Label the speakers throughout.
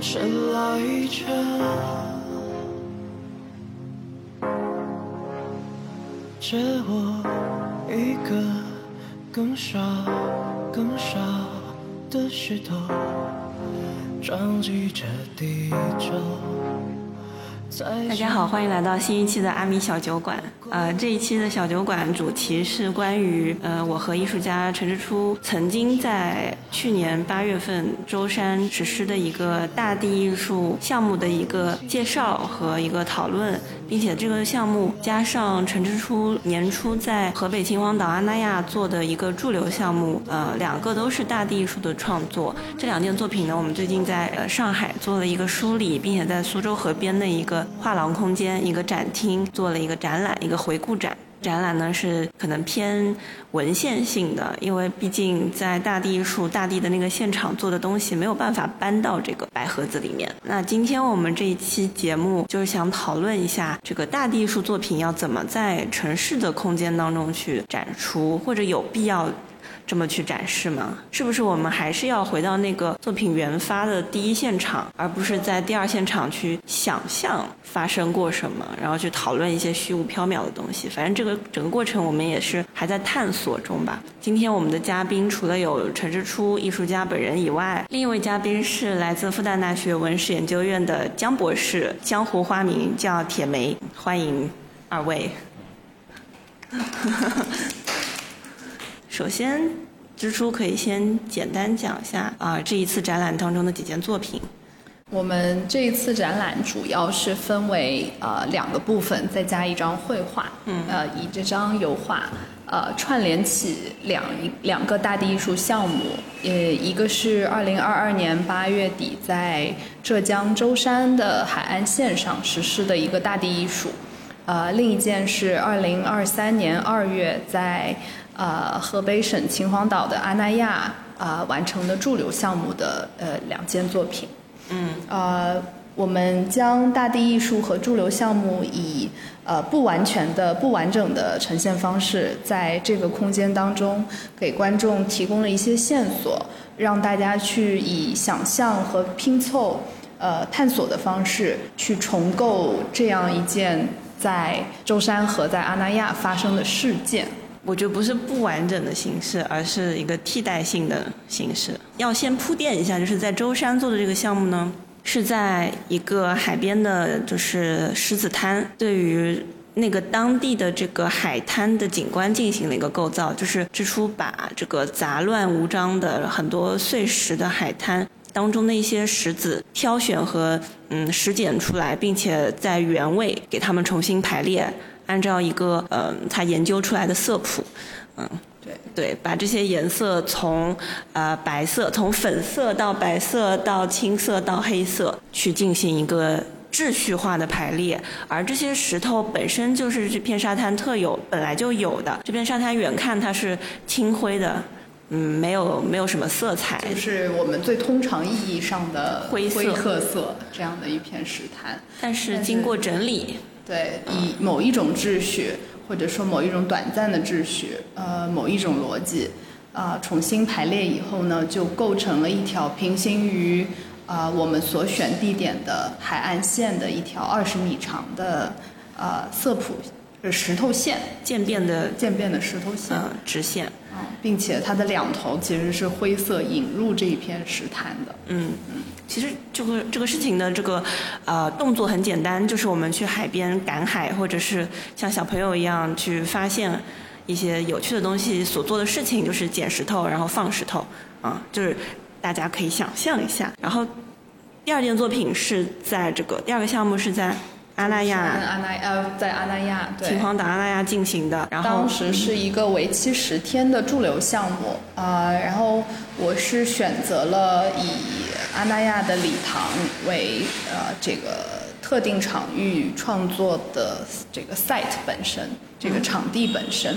Speaker 1: 尘来着。只我一个更少、更少的石头，撞击着地球。
Speaker 2: 大家好，欢迎来到新一期的阿米小酒馆。呃，这一期的小酒馆主题是关于呃，我和艺术家陈志初曾经在去年八月份舟山实施的一个大地艺术项目的一个介绍和一个讨论，并且这个项目加上陈志初年初在河北秦皇岛阿那亚做的一个驻留项目，呃，两个都是大地艺术的创作。这两件作品呢，我们最近在呃上海做了一个梳理，并且在苏州河边的一个画廊空间、一个展厅做了一个展览，一个回顾展。展览呢是可能偏文献性的，因为毕竟在大地艺术、大地的那个现场做的东西没有办法搬到这个白盒子里面。那今天我们这一期节目就是想讨论一下这个大地艺术作品要怎么在城市的空间当中去展出，或者有必要。这么去展示吗？是不是我们还是要回到那个作品原发的第一现场，而不是在第二现场去想象发生过什么，然后去讨论一些虚无缥缈的东西？反正这个整个过程我们也是还在探索中吧。今天我们的嘉宾除了有陈志初艺术家本人以外，另一位嘉宾是来自复旦大学文史研究院的江博士，江湖花名叫铁梅，欢迎二位。首先，支出可以先简单讲一下啊、呃，这一次展览当中的几件作品。
Speaker 3: 我们这一次展览主要是分为呃两个部分，再加一张绘画，嗯，呃，以这张油画呃串联起两两个大地艺术项目，呃，一个是二零二二年八月底在浙江舟山的海岸线上实施的一个大地艺术，呃，另一件是二零二三年二月在。呃，河北省秦皇岛的阿那亚啊、呃、完成的驻留项目的呃两件作品，
Speaker 2: 嗯，
Speaker 3: 呃，我们将大地艺术和驻留项目以呃不完全的、不完整的呈现方式，在这个空间当中给观众提供了一些线索，让大家去以想象和拼凑、呃探索的方式去重构这样一件在舟山和在阿那亚发生的事件。
Speaker 2: 我觉得不是不完整的形式，而是一个替代性的形式。要先铺垫一下，就是在舟山做的这个项目呢，是在一个海边的，就是狮子滩，对于那个当地的这个海滩的景观进行了一个构造，就是之初把这个杂乱无章的很多碎石的海滩。当中的一些石子挑选和嗯石剪出来，并且在原位给它们重新排列，按照一个呃他研究出来的色谱，嗯，
Speaker 3: 对
Speaker 2: 对，把这些颜色从呃白色从粉色到白色到青色到黑色去进行一个。秩序化的排列，而这些石头本身就是这片沙滩特有，本来就有的。这片沙滩远看它是青灰的。嗯，没有没有什么色彩，
Speaker 3: 就是我们最通常意义上的
Speaker 2: 灰
Speaker 3: 色、褐色这样的一片石滩。
Speaker 2: 但是经过整理，
Speaker 3: 对，以某一种秩序，或者说某一种短暂的秩序，呃，某一种逻辑，啊、呃，重新排列以后呢，就构成了一条平行于啊、呃、我们所选地点的海岸线的一条二十米长的呃色谱。呃石头线
Speaker 2: 渐变的
Speaker 3: 渐变的石头线，
Speaker 2: 嗯，直线，
Speaker 3: 嗯，并且它的两头其实是灰色引入这一片石滩的，
Speaker 2: 嗯嗯。其实这个这个事情的这个呃动作很简单，就是我们去海边赶海，或者是像小朋友一样去发现一些有趣的东西，所做的事情就是捡石头，然后放石头，啊、嗯，就是大家可以想象一下。然后第二件作品是在这个第二个项目是在。阿那亚，
Speaker 3: 阿那呃，在阿那亚，对，
Speaker 2: 秦皇岛阿那亚进行的。然后
Speaker 3: 当时是一个为期十天的驻留项目啊、呃，然后我是选择了以阿那亚的礼堂为呃这个特定场域创作的这个 site 本身，这个场地本身。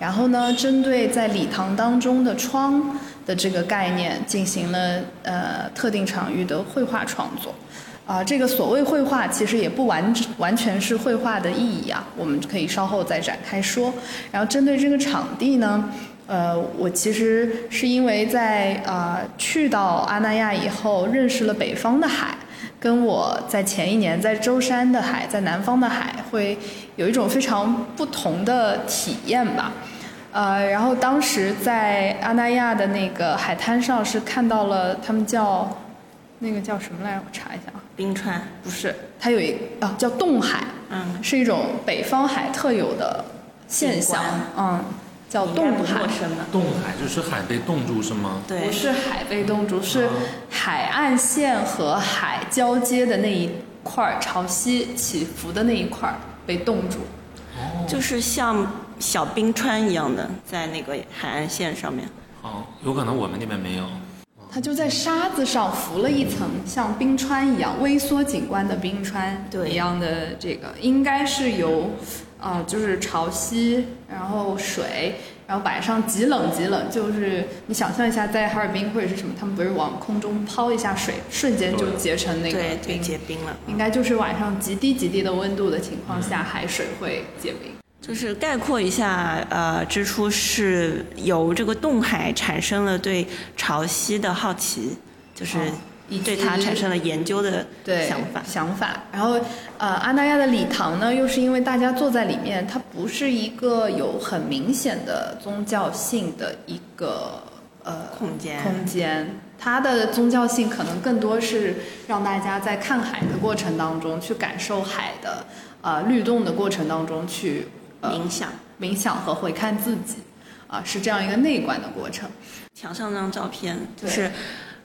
Speaker 3: 然后呢，针对在礼堂当中的窗的这个概念，进行了呃特定场域的绘画创作。啊、呃，这个所谓绘画其实也不完完全是绘画的意义啊，我们可以稍后再展开说。然后针对这个场地呢，呃，我其实是因为在啊、呃、去到阿那亚以后，认识了北方的海，跟我在前一年在舟山的海，在南方的海，会有一种非常不同的体验吧。呃，然后当时在阿那亚的那个海滩上是看到了他们叫那个叫什么来着？我查一下啊。
Speaker 2: 冰川
Speaker 3: 不是，它有一啊叫冻海，
Speaker 2: 嗯，
Speaker 3: 是一种北方海特有的现象，嗯，叫冻
Speaker 2: 你应该
Speaker 3: 海
Speaker 2: 不。陌生的。
Speaker 4: 冻海就是海被冻住是吗？
Speaker 2: 对，嗯
Speaker 3: 不是海被冻住，是
Speaker 4: 啊
Speaker 3: 海岸线和海交接的那一块儿，潮汐起伏的那一块儿被冻住。
Speaker 2: 就是像小冰川一样的，在那个海岸线上面。
Speaker 4: 哦，有可能我们那边没有。
Speaker 3: 它就在沙子上浮了一层像冰川一样微缩景观的冰川
Speaker 2: 对
Speaker 3: 一样的这个，应该是由，啊、就是潮汐，然后水，然后晚上极冷极冷，就是你想象一下，在哈尔滨或者是什么，他们不是往空中抛一下水，瞬间就
Speaker 4: 对
Speaker 3: 结成那个
Speaker 2: 对，对，
Speaker 3: 冰
Speaker 2: 结冰了。
Speaker 3: 应该就是晚上极低极低的温度的情况下，海水会结冰。
Speaker 2: 就是概括一下，呃，之初是由这个冻海产生了对潮汐的好奇，就是
Speaker 3: 哦以
Speaker 2: 对
Speaker 3: 及
Speaker 2: 它产生了研究的
Speaker 3: 对
Speaker 2: 想法。
Speaker 3: 想法。然后，呃，阿那亚的礼堂呢，又是因为大家坐在里面，它不是一个有很明显的宗教性的一个呃
Speaker 2: 空间
Speaker 3: 空间。它的宗教性可能更多是让大家在看海的过程当中去感受海的呃律动的过程当中去、呃、
Speaker 2: 冥想，
Speaker 3: 冥想和回看自己啊、是这样一个内观的过程。
Speaker 2: 墙上那张照片就
Speaker 3: 对
Speaker 2: 是，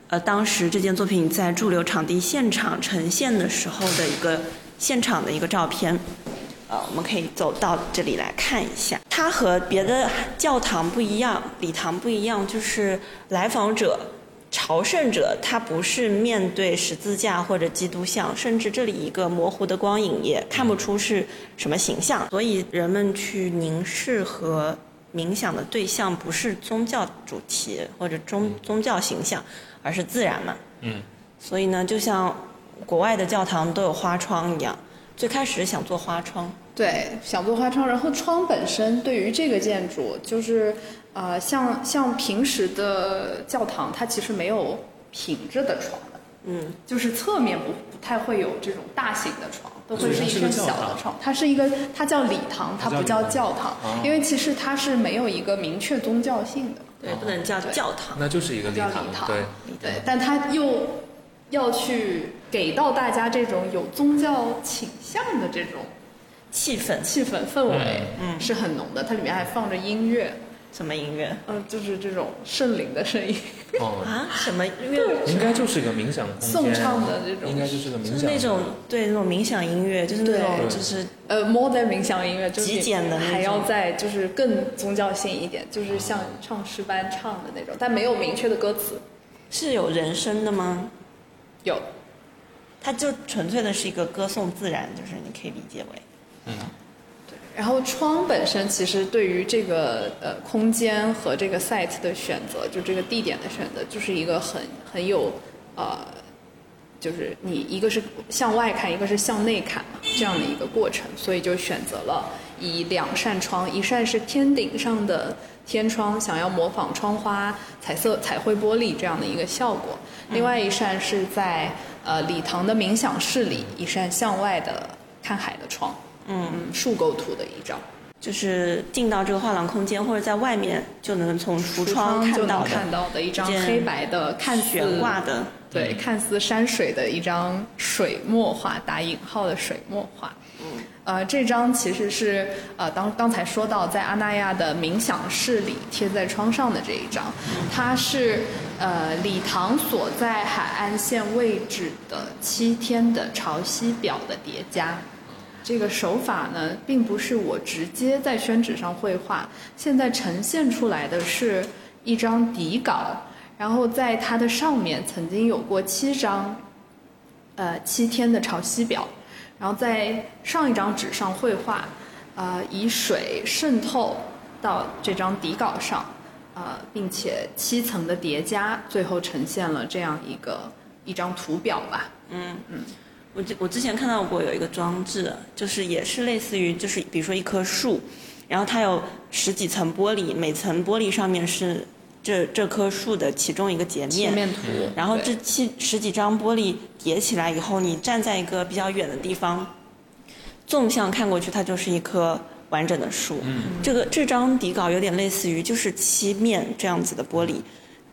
Speaker 2: 呃，当时这件作品在驻留场地现场呈现的时候的一个现场的一个照片。呃，我们可以走到这里来看一下。它和别的教堂不一样，礼堂不一样，就是来访者、朝圣者，他不是面对十字架或者基督像，甚至这里一个模糊的光影也看不出是什么形象，所以人们去凝视和冥想的对象不是宗教主题或者宗宗教形象，而是自然嘛。
Speaker 4: 嗯，
Speaker 2: 所以呢，就像国外的教堂都有花窗一样，最开始想做花窗，
Speaker 3: 对，想做花窗，然后窗本身对于这个建筑，就是呃，像像平时的教堂，它其实没有平着的窗的，
Speaker 2: 嗯，
Speaker 3: 就是侧面不不太会有这种大型的窗，都
Speaker 4: 所
Speaker 3: 会
Speaker 4: 以
Speaker 3: 是
Speaker 4: 它
Speaker 3: 一
Speaker 4: 是个
Speaker 3: 扇
Speaker 4: 教
Speaker 3: 小的
Speaker 4: 堂
Speaker 3: 窗。它是一个，它叫礼堂，它
Speaker 4: 它
Speaker 3: 不
Speaker 4: 叫
Speaker 3: 叫
Speaker 4: 礼堂
Speaker 3: 教堂，
Speaker 4: 哦
Speaker 3: 因为其实它是没有一个明确宗教性的。
Speaker 2: 对，不
Speaker 4: 哦
Speaker 2: 能叫
Speaker 3: 对
Speaker 2: 教堂。
Speaker 4: 那就是一个礼
Speaker 3: 叫
Speaker 4: 堂
Speaker 3: 礼，堂
Speaker 4: 对，
Speaker 3: 对，但他又要去给到大家这种有宗教倾向的这种
Speaker 2: 气氛，
Speaker 3: 气氛氛围，
Speaker 2: 嗯嗯
Speaker 3: 是很浓的。它里面还放着音乐，
Speaker 2: 什么音乐
Speaker 3: 嗯、就是这种圣灵的声音，
Speaker 4: 哦，
Speaker 2: 啊？什么音乐？
Speaker 4: 应该就是一个冥想的空间，
Speaker 3: 颂唱的这种
Speaker 4: 应该就是个冥
Speaker 2: 就
Speaker 4: 想
Speaker 2: 是
Speaker 4: 的
Speaker 2: 那种对那种冥想音乐，就是那种
Speaker 4: 对
Speaker 2: 就是
Speaker 3: 呃，more than 冥想音乐，就是
Speaker 2: 极简的那种
Speaker 3: 还要再就是更宗教性一点，就是像唱诗班唱的那种，但没有明确的歌词。
Speaker 2: 是有人声的吗？
Speaker 3: 有，
Speaker 2: 它就纯粹的是一个歌颂自然，就是你可以理解为
Speaker 4: 嗯，
Speaker 3: 然后窗本身其实对于这个呃空间和这个 site 的选择，就这个地点的选择，就是一个很很有呃，就是你一个是向外看，一个是向内看嘛，这样的一个过程，所以就选择了以两扇窗，一扇是天顶上的天窗，想要模仿窗花、彩色彩绘玻璃这样的一个效果，另外一扇是在呃礼堂的冥想室里，一扇向外的看海的窗。嗯，树构图的一张，
Speaker 2: 就是进到这个画廊空间或者在外面就能从橱
Speaker 3: 窗就
Speaker 2: 看
Speaker 3: 能
Speaker 2: 到
Speaker 3: 看
Speaker 2: 的
Speaker 3: 到的一张
Speaker 2: 一件
Speaker 3: 黑白的，看似
Speaker 2: 悬挂的
Speaker 3: 对，看似山水的一张水墨画，打引号的水墨画。嗯，呃，这张其实是呃，当刚才说到在阿那亚的冥想室里贴在窗上的这一张，
Speaker 2: 嗯
Speaker 3: 它是呃礼堂所在海岸线位置的七天的潮汐表的叠加。这个手法呢，并不是我直接在宣纸上绘画，现在呈现出来的是一张底稿，然后在它的上面曾经有过七张，呃，七天的潮汐表，然后在上一张纸上绘画，呃，以水渗透到这张底稿上，呃，并且七层的叠加，最后呈现了这样一个一张图表吧。
Speaker 2: 我之我之前看到过有一个装置，就是也是类似于就是比如说一棵树，然后它有十几层玻璃，每层玻璃上面是这这棵树的其中一个截
Speaker 3: 截
Speaker 2: 面，
Speaker 3: 面图，
Speaker 2: 然后这
Speaker 3: 对
Speaker 2: 七十几张玻璃叠起来以后，你站在一个比较远的地方，纵向看过去，它就是一棵完整的树。这个这张底稿有点类似于就是七面这样子的玻璃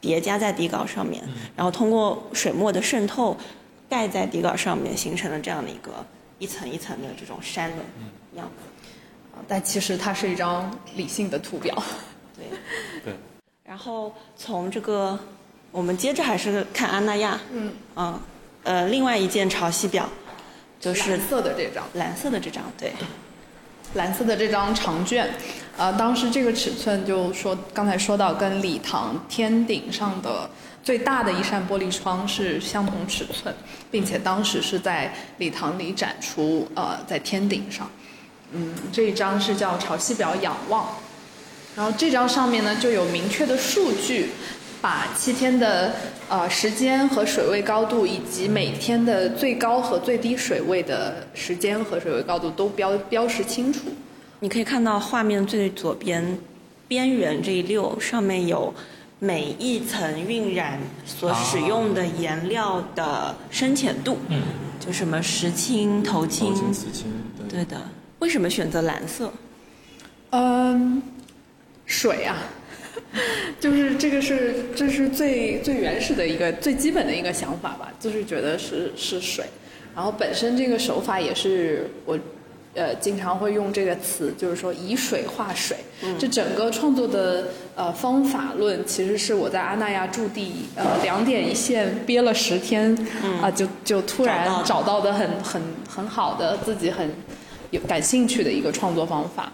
Speaker 2: 叠加在底稿上面，然后通过水墨的渗透盖在底稿上面，形成了这样的一个一层一层的这种山的样子。
Speaker 3: 但其实它是一张理性的图表。
Speaker 2: 对，
Speaker 4: 对，
Speaker 2: 然后从这个，我们接着还是看安那亚， 嗯，啊，呃，另外一件潮汐表，就是
Speaker 3: 蓝色的这张，
Speaker 2: 蓝色的这张，对，
Speaker 3: 蓝色的这张长卷，呃，当时这个尺寸就说刚才说到跟礼堂天顶上的最大的一扇玻璃窗是相同尺寸，并且当时是在礼堂里展出，呃，在天顶上。嗯，这一张是叫《潮汐表仰望》，然后这张上面呢就有明确的数据，把七天的呃时间和水位高度，以及每天的最高和最低水位的时间和水位高度都标标识清楚。
Speaker 2: 你可以看到画面最左边边缘这一溜上面有每一层晕染所使用的颜料的深浅度，
Speaker 4: 啊嗯，
Speaker 2: 就什么石青、头青
Speaker 4: 头，青刺青，对，
Speaker 2: 对的。为什么选择蓝色？
Speaker 3: 嗯，水啊， 就是这个是这是最最原始的一个最基本的一个想法吧，就是觉得是是水，然后本身这个手法也是我。呃，经常会用这个词，就是说以水化水。这整个创作的呃方法论，其实是我在阿那亚驻地呃两点一线憋了十天，啊、就就突然
Speaker 2: 找到的
Speaker 3: 找到的很很很好的自己很有感兴趣的一个创作方法。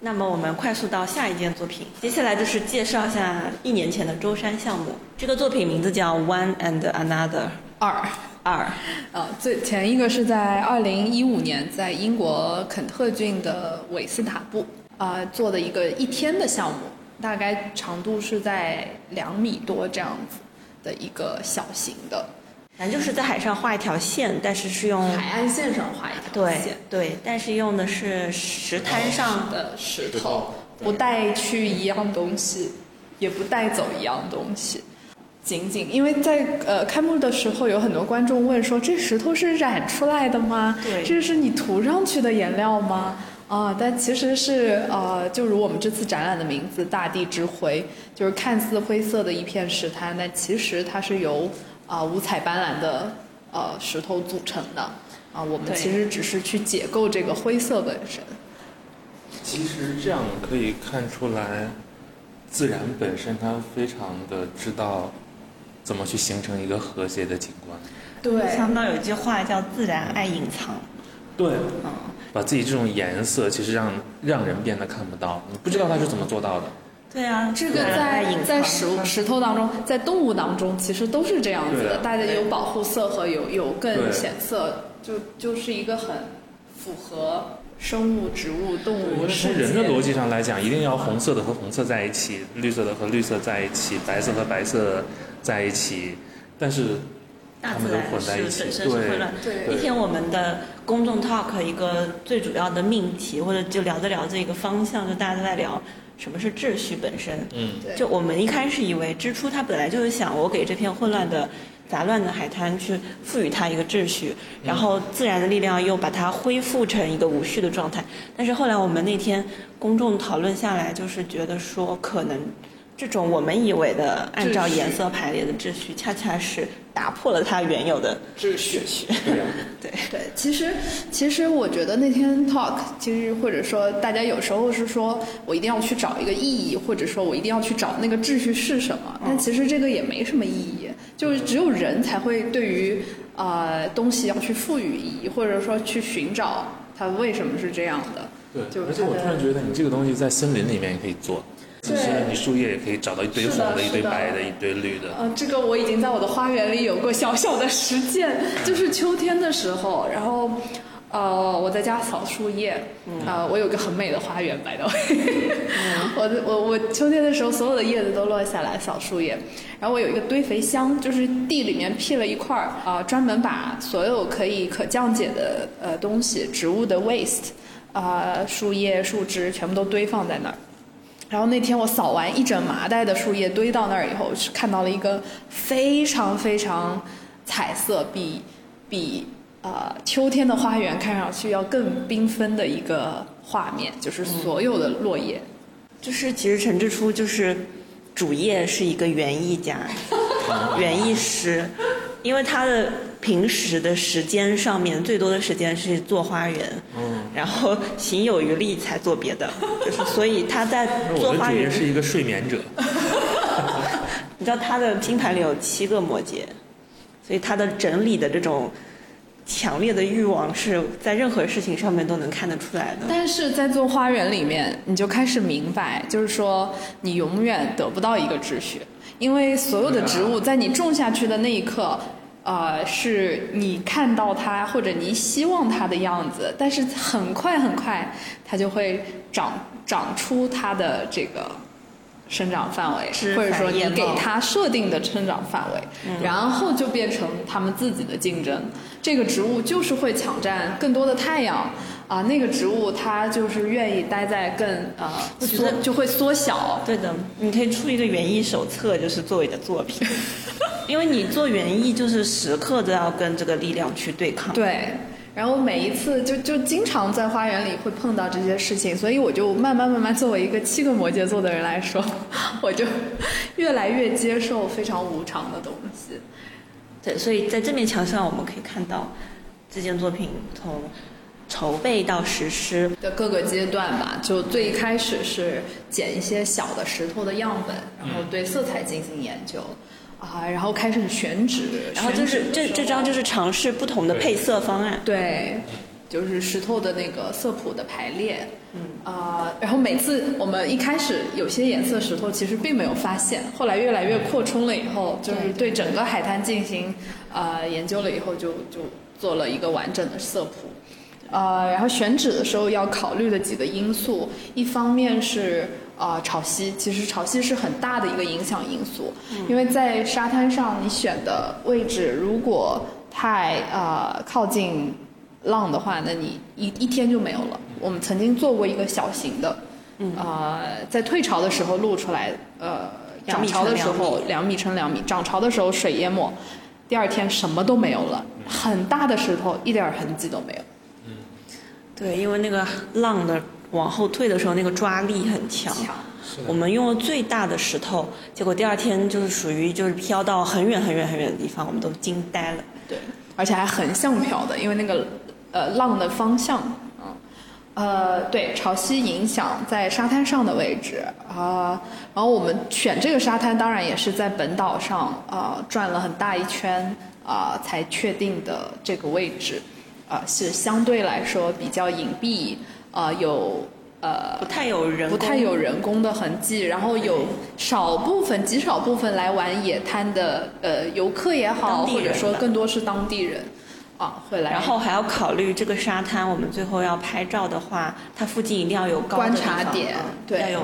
Speaker 2: 那么我们快速到下一件作品，接下来就是介绍一下一年前的舟山项目。这个作品名字叫《One and Another
Speaker 3: 二，
Speaker 2: 二》，
Speaker 3: 呃，最前一个是在二零一五年在英国肯特郡的韦斯塔布啊、呃做的一个一天的项目，大概长度是在两米多这样子的一个小型的
Speaker 2: 反正就是在海上画一条线，但是是用
Speaker 3: 海岸线上画一条
Speaker 2: 对
Speaker 3: 线
Speaker 2: 对，但是用的哦是石滩上的
Speaker 3: 的石
Speaker 4: 石头
Speaker 3: 头，不带去一样东西，也不带走一样东西。仅仅因为在呃开幕的时候，有很多观众问说：“这石头是染出来的吗？
Speaker 2: 对
Speaker 3: 这是你涂上去的颜料吗？”啊、但其实是呃，就如我们这次展览的名字“大地之灰”，就是看似灰色的一片石滩，但其实它是由啊、五彩斑斓的呃石头组成的。啊、我们
Speaker 2: 对
Speaker 3: 其实只是去解构这个灰色本身。
Speaker 4: 其实这样可以看出来，自然本身它非常的知道怎么去形成一个和谐的景观。
Speaker 3: 对
Speaker 2: 想到有一句话叫“自然爱隐藏
Speaker 4: 对，把自己这种颜色其实让让人变得看不到，你不知道它是怎么做到的。”。
Speaker 2: 对啊，
Speaker 3: 这
Speaker 2: 自
Speaker 3: 个
Speaker 2: 然爱
Speaker 3: 在
Speaker 2: 隐
Speaker 3: 在
Speaker 2: 藏
Speaker 3: 石石头当中，在动物当中其实都是这样子
Speaker 4: 对
Speaker 3: 的，
Speaker 4: 的
Speaker 3: 大家有保护色和有有更
Speaker 4: 对
Speaker 3: 显色，就就是一个很符合生物、植物、动物
Speaker 4: 我
Speaker 3: 世
Speaker 4: 从
Speaker 3: 界
Speaker 4: 人的逻辑上来讲，一定要红色的和红色在一起，绿色的和绿色在一起，白色和白色在一起，但是
Speaker 2: 大
Speaker 4: 它
Speaker 2: 自
Speaker 4: 们都
Speaker 2: 然
Speaker 4: 混在一
Speaker 2: 是
Speaker 4: 起
Speaker 2: 本。身是混
Speaker 4: 对
Speaker 2: 乱。
Speaker 3: 对
Speaker 2: 那天我们的公众 talk 一个最主要的命题，或者就聊着聊着一个方向，就大家都在聊什么是秩序本身。
Speaker 4: 嗯，
Speaker 3: 对
Speaker 2: 就我们一开始以为之初他本来就是想我给这片混乱的、杂乱的海滩去赋予它一个秩序，然后自然的力量又把它恢复成一个无序的状态。但是后来我们那天公众讨论下来，就是觉得说可能。这种我们以为的按照
Speaker 3: 秩序
Speaker 2: 颜色排列的秩序，恰恰是打破了它原有的
Speaker 3: 秩序。
Speaker 4: 对呀、
Speaker 2: 对
Speaker 3: 对，其实其实我觉得那天 talk，其实或者说大家有时候是说我一定要去找一个意义，或者说我一定要去找那个秩序是什么，但其实这个也没什么意义，就是只有人才会对于呃东西要去赋予意义，或者说去寻找它为什么是这样的。就
Speaker 4: 对。
Speaker 3: 是
Speaker 4: 而且我
Speaker 3: 它的
Speaker 4: 突然觉得，你这个东西在森林里面也可以做，其实
Speaker 3: 对
Speaker 4: 你树叶也可以找到一堆
Speaker 3: 是
Speaker 4: 红
Speaker 3: 的
Speaker 4: 的、一堆
Speaker 3: 是的
Speaker 4: 白的、一堆绿的。
Speaker 3: 呃，这个我已经在我的花园里有过小小的实践，就是秋天的时候，然后，呃，我在家扫树叶，啊、我有个很美的花园，白的， 我的我我秋天的时候，所有的叶子都落下来扫树叶，然后我有一个堆肥箱，就是地里面辟了一块儿呃啊、专门把所有可以可降解的呃东西，植物的 waste。啊、树叶、树枝全部都堆放在那儿。然后那天我扫完一整麻袋的树叶堆到那儿以后，是看到了一个非常非常彩色比比呃秋天的花园看上去要更缤纷的一个画面，就是所有的落叶。
Speaker 2: 就是其实陈志初就是主业是一个园艺家、园艺师，因为他的平时的时间上面最多的时间是做花园，
Speaker 4: 嗯，
Speaker 2: 然后行有余力才做别的，就是所以他在
Speaker 4: 那
Speaker 2: 做
Speaker 4: 我的
Speaker 2: 花
Speaker 4: 主
Speaker 2: 园
Speaker 4: 业。是一个睡眠者，
Speaker 2: 你知道他的拼盘里有七个摩羯，所以他的整理的这种强烈的欲望是在任何事情上面都能看得出来的。
Speaker 3: 但是在做花园里面，你就开始明白，就是说你永远得不到一个秩序，因为所有的植物在你种下去的那一刻，呃，是你看到它或者你希望它的样子，但是很快很快，它就会长长出它的这个生长范围
Speaker 2: 枝，
Speaker 3: 或者说
Speaker 2: 繁
Speaker 3: 你
Speaker 2: 叶
Speaker 3: 给
Speaker 2: 茂
Speaker 3: 它设定的生长范围，然后就变成它们自己的竞争。这个植物就是会抢占更多的太阳啊、那个植物它就是愿意待在更呃
Speaker 2: 我觉
Speaker 3: 缩
Speaker 2: 得
Speaker 3: 就会缩小。
Speaker 2: 对的，你可以出一个园艺手册，就是作为你的作 品，因为你做园艺就是时刻都要跟这个力量去对抗。，
Speaker 3: 对，然后每一次就就经常在花园里会碰到这些事情，所以我就慢慢慢慢作为一个七个摩羯座的人来说，我就越来越接受非常无常的东西。
Speaker 2: 对，所以在这面墙上我们可以看到这件作品从筹备到实施，
Speaker 3: 的各个阶段吧，就最一开始是捡一些小的石头的样本，然后对色彩进行研究，啊，然后开始选址，
Speaker 2: 然后就
Speaker 3: 选
Speaker 2: 是
Speaker 3: 址的
Speaker 2: 这
Speaker 3: 时候
Speaker 2: 这张就是尝试不同的配色方案。
Speaker 3: 对，就是石头的那个色谱的排列，嗯啊、然后每次我们一开始有些颜色石头其实并没有发现，后来越来越扩充了以后，就是对整个海滩进行呃研究了以后就，就做了一个完整的色谱。呃，然后选址的时候要考虑的几个因素，一方面是呃潮汐，其实潮汐是很大的一个影响因素，
Speaker 2: 嗯
Speaker 3: 因为在沙滩上你选的位置如果太呃靠近浪的话，那你一一天就没有了。我们曾经做过一个小型的，
Speaker 2: 嗯
Speaker 3: 呃，在退潮的时候露出来，呃，
Speaker 2: 两
Speaker 3: 涨
Speaker 2: 米
Speaker 3: 潮
Speaker 2: 乘
Speaker 3: 的时
Speaker 2: 两
Speaker 3: 候
Speaker 2: 米
Speaker 3: 两米乘两米，涨潮的时候水淹没，第二天什么都没有了，很大的石头一点儿痕迹都没有。
Speaker 2: 对，因为那个浪的往后退的时候，那个抓力很强。
Speaker 3: 强
Speaker 2: 我们用了最大的石头，结果第二天就是属于就是飘到很远很远很远的地方，我们都惊呆了。
Speaker 3: 对，而且还横向漂的，因为那个呃浪的方向，嗯，呃，对，潮汐影响在沙滩上的位置啊、然后我们选这个沙滩，当然也是在本岛上啊、转了很大一圈啊、才确定的这个位置，啊、是相对来说比较隐蔽，啊，有呃
Speaker 2: 不太有人
Speaker 3: 不
Speaker 2: 工
Speaker 3: 太有人工的痕迹，然后有少部分极少部分来玩野滩的呃游客也好，
Speaker 2: 当地
Speaker 3: 或
Speaker 2: 人
Speaker 3: 者说
Speaker 2: 吧
Speaker 3: 更多是当地人啊会来，
Speaker 2: 然后还要考虑这个沙滩，我们最后要拍照的话，它附近一定要有高的
Speaker 3: 观
Speaker 2: 地
Speaker 3: 察
Speaker 2: 方
Speaker 3: 点
Speaker 2: 嗯
Speaker 3: 对
Speaker 2: 要有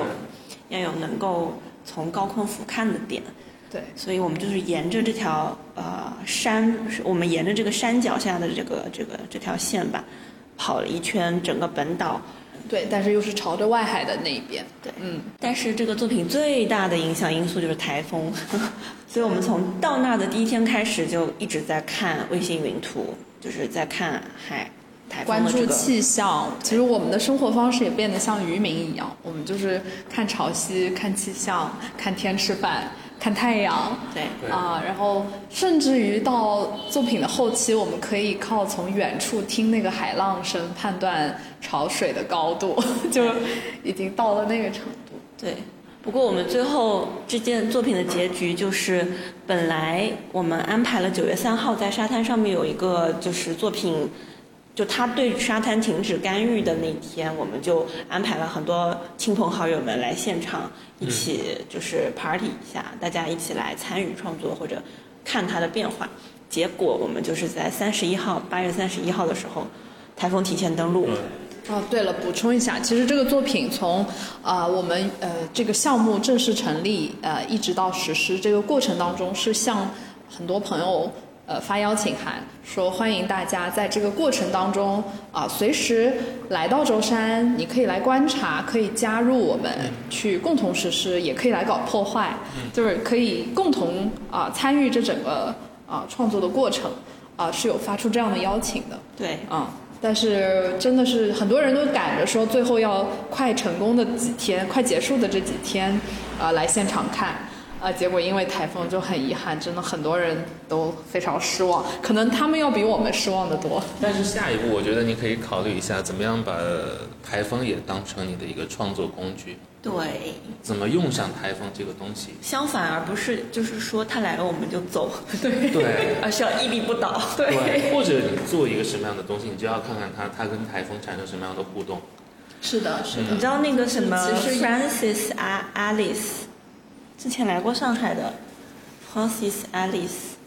Speaker 2: 要有能够从高空俯瞰的点。
Speaker 3: 对
Speaker 2: 所以我们就是沿着这条呃山，是我们沿着这个山脚下的这个这个这条线吧，跑了一圈整个本岛。
Speaker 3: 对，但是又是朝着外海的那一边，
Speaker 2: 对
Speaker 3: 嗯，
Speaker 2: 但是这个作品最大的影响因素就是台风， 所以我们从到那的第一天开始就一直在看卫星云图，就是在看海台风
Speaker 3: 关
Speaker 2: 的这
Speaker 3: 注
Speaker 2: 个。
Speaker 3: 气象。其实我们的生活方式也变得像渔民一样，我们就是看潮汐、看气象、看天吃饭、看太阳，
Speaker 2: 对，
Speaker 4: 对
Speaker 3: 啊，然后甚至于到作品的后期，我们可以靠从远处听那个海浪声判断潮水的高度， 就已经到了那个程度。
Speaker 2: 对，不过我们最后这件作品的结局就是，本来我们安排了九月三号在沙滩上面有一个就是作品，就他对沙滩停止干预的那天，我们就安排了很多亲朋好友们来现场一起就是 party 一下，大家一起来参与创作或者看它的变化。结果我们就是在三十一号，八月三十一号的时候，台风提前登陆。
Speaker 4: 嗯，
Speaker 3: 哦，对了，补充一下，其实这个作品从啊、呃我们呃这个项目正式成立呃一直到实施这个过程当中，是向很多朋友呃发邀请函，说欢迎大家在这个过程当中啊、随时来到舟山，你可以来观察，可以加入我们去共同实施，也可以来搞破坏，就是可以共同啊、参与这整个啊、创作的过程啊、是有发出这样的邀请的。
Speaker 2: 对，
Speaker 3: 啊、但是真的是很多人都赶着说最后要快成功的几天，快结束的这几天，啊、来现场看，啊、结果因为台风就很遗憾，真的很多人都非常失望，可能他们要比我们失望的多。
Speaker 4: 但是下一步，我觉得你可以考虑一下，怎么样把台风也当成你的一个创作工具，
Speaker 2: 对，
Speaker 4: 怎么用上台风这个东西。
Speaker 2: 相反而不是就是说他来了我们就走，
Speaker 4: 对，
Speaker 2: 而是要屹立不倒。
Speaker 4: 对，或者你做一个什么样的东西，你就要看看它，它跟台风产生什么样的互动。
Speaker 3: 是的，是
Speaker 4: 嗯
Speaker 2: 你知道那个什么
Speaker 3: 其实
Speaker 2: Francis A Alice，之前来过上海的 Francis Alice，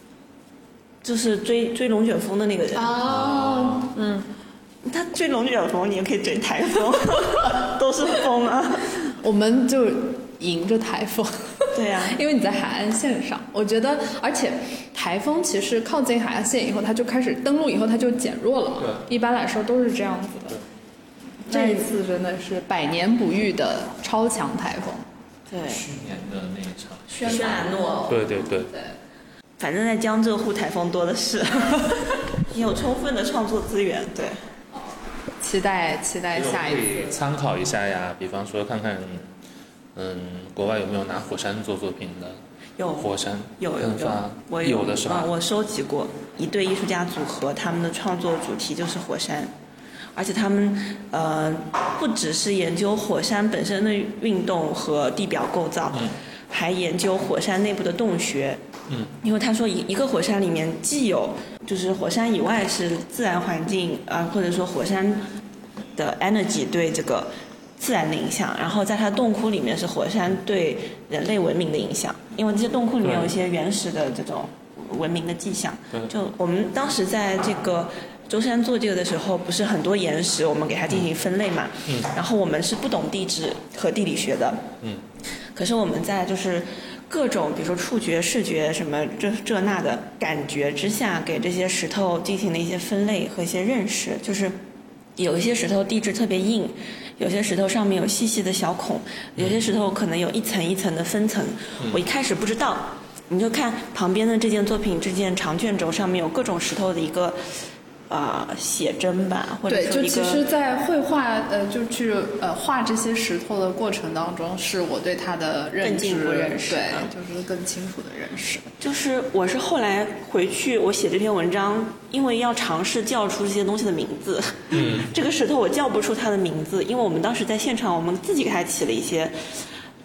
Speaker 2: 就是追追龙卷风的那个人。
Speaker 3: 啊，嗯，
Speaker 2: 他追龙卷风，你也可以追台风， 都是风啊。
Speaker 3: 我们就迎着台风。
Speaker 2: 对啊呀、
Speaker 3: 因为你在海岸线上，我觉得，而且台风其实靠近海岸线以后，它就开始登陆以后，它就减弱了嘛。
Speaker 4: 对
Speaker 3: 一般来说都是这样子的。这一次真的是百年不遇的超强台风。
Speaker 2: 对，
Speaker 4: 去年的那一场，
Speaker 2: 轩兰啊诺，
Speaker 4: 对对对，
Speaker 2: 反正在江浙沪台风多的是， 你有充分的创作资源。对，
Speaker 3: 期待期待下一
Speaker 4: 可以
Speaker 3: 次。
Speaker 4: 参考一下呀，比方说看看，嗯，国外有没有拿火山做作品的？
Speaker 2: 有
Speaker 4: 火山
Speaker 2: 有有
Speaker 4: 喷
Speaker 2: 有
Speaker 4: 发，，
Speaker 2: 我
Speaker 4: 有的是吧
Speaker 2: 啊？我收集过一对艺术家组合，他们的创作主题就是火山，而且他们呃不只是研究火山本身的运动和地表构造，
Speaker 4: 嗯
Speaker 2: 还研究火山内部的洞穴。
Speaker 4: 嗯，
Speaker 2: 因为他说一一个火山里面既有就是火山以外是自然环境啊、呃或者说火山的 energy 对这个自然的影响，然后在它洞窟里面是火山对人类文明的影响，因为这些洞窟里面
Speaker 4: 对
Speaker 2: 有一些原始的这种文明的迹象
Speaker 4: 对。
Speaker 2: 就我们当时在这个舟山做这个的时候，不是很多岩石，我们给它进行分类嘛。
Speaker 4: 嗯
Speaker 2: 然后我们是不懂地质和地理学的，
Speaker 4: 嗯，
Speaker 2: 可是我们在就是各种，比如说触觉、视觉什么这这那的感觉之下，给这些石头进行了一些分类和一些认识。就是有一些石头地质特别硬，有些石头上面有细细的小孔，有些石头可能有一层一层的分层。我一开始不知道，你就看旁边的这件作品，这件长卷轴上面有各种石头的一个。啊、写真吧，或者
Speaker 3: 对，
Speaker 2: 说
Speaker 3: 就
Speaker 2: 一
Speaker 3: 其
Speaker 2: 个
Speaker 3: 实，在绘画呃，就去呃画这些石头的过程当中，是我对它的认
Speaker 2: 更
Speaker 3: 知，
Speaker 2: 进一步认识
Speaker 3: 对
Speaker 2: 嗯，
Speaker 3: 就是更清楚的认识。
Speaker 2: 就是我是后来回去，我写这篇文章，因为要尝试叫出这些东西的名字。嗯， 这个石头我叫不出它的名字，因为我们当时在现场，我们自己给它起了一些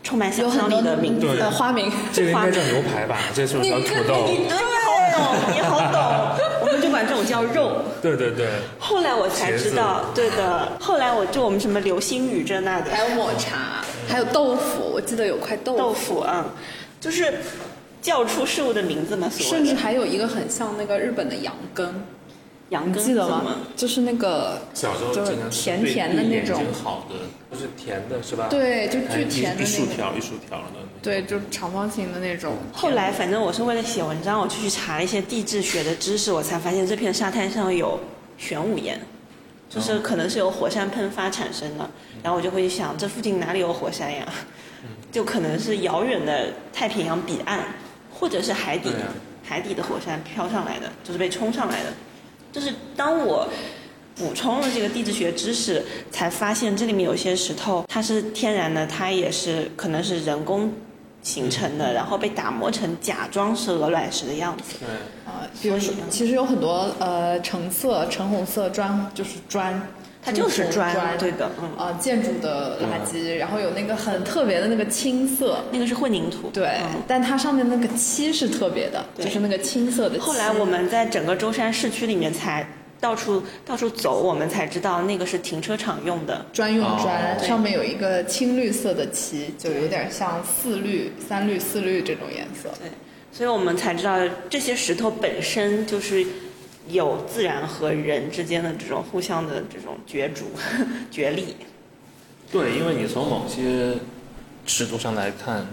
Speaker 2: 充满
Speaker 3: 有
Speaker 2: 想
Speaker 3: 很
Speaker 2: 象
Speaker 3: 多
Speaker 2: 力的名字。
Speaker 4: 对
Speaker 3: 呃花 名。
Speaker 4: 这个应该叫牛排吧？这是不是叫土豆？
Speaker 2: 你对，你好懂，你好懂，我们就管这种叫肉。
Speaker 4: 对对对，
Speaker 2: 后来我才知道，对的。后来我就我们什么流星雨这那的，
Speaker 3: 还有抹茶，还有豆腐，我记得有块豆
Speaker 2: 豆
Speaker 3: 腐，
Speaker 2: 腐啊、嗯，就是叫出事物的名字嘛，所谓
Speaker 3: 甚
Speaker 2: 的
Speaker 3: 至还有一个很像那个日本的羊羹，
Speaker 2: 羊
Speaker 3: 你
Speaker 2: 羹
Speaker 3: 记得
Speaker 2: 怎
Speaker 3: 吗
Speaker 2: 么？
Speaker 3: 就是那个
Speaker 4: 小时候
Speaker 3: 就是
Speaker 4: 经常吃
Speaker 3: 甜甜的
Speaker 4: 对
Speaker 3: 那
Speaker 4: 眼睛
Speaker 3: 种，
Speaker 4: 好的，就是甜的是吧？
Speaker 3: 对就
Speaker 4: 哎
Speaker 3: 巨甜的那
Speaker 4: 一一竖
Speaker 3: 种
Speaker 4: 条一竖条的。
Speaker 3: 对，就长方形的那种。
Speaker 2: 后来，反正我是为了写文章，我就去查了一些地质学的知识，我才发现这片沙滩上有玄武岩，就是可能是由火山喷发产生的。然后我就会想，这附近哪里有火山呀？就可能是遥远的太平洋彼岸，或者是海底
Speaker 4: 对啊
Speaker 2: 海底的火山飘上来的，就是被冲上来的。就是当我补充了这个地质学知识，才发现这里面有些石头它是天然的，它也是可能是人工形成的，然后被打磨成假装是鹅卵石的样子。
Speaker 4: 对，
Speaker 3: 啊，比如
Speaker 2: 所
Speaker 3: 说
Speaker 2: 以呢，
Speaker 3: 其实有很多呃橙色、橙红色砖，就是砖，
Speaker 2: 它就是
Speaker 3: 红
Speaker 2: 砖
Speaker 3: 嗯砖
Speaker 2: 对的嗯
Speaker 3: 呃，建筑的垃
Speaker 4: 嗯
Speaker 3: 圾，然后有那个很特别的那个青色，
Speaker 2: 那个是混凝土。
Speaker 3: 对，
Speaker 2: 嗯
Speaker 3: 但它上面那个漆是特别的，
Speaker 2: 对
Speaker 3: 就是那个青色的漆。
Speaker 2: 后来我们在整个舟山市区里面才到处到处走，我们才知道那个是停车场用的。
Speaker 3: 专用砖，
Speaker 4: 哦
Speaker 2: 对
Speaker 3: 上面有一个青绿色的漆，就有点像四绿、三绿、四绿这种颜色。
Speaker 2: 对，所以我们才知道这些石头本身就是有自然和人之间的这种互相的这种角逐、 角力。
Speaker 4: 对，因为你从某些尺度上来看，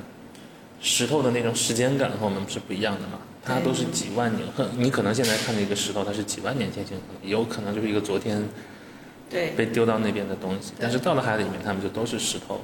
Speaker 4: 石头的那种时间感和我们是不一样的嘛。它都是几万年，很你可能现在看的一个石头，它是几万年前形成的，也有可能就是一个昨天
Speaker 2: 对，
Speaker 4: 被丢到那边的东西，但是到了海里面，它们就都是石头。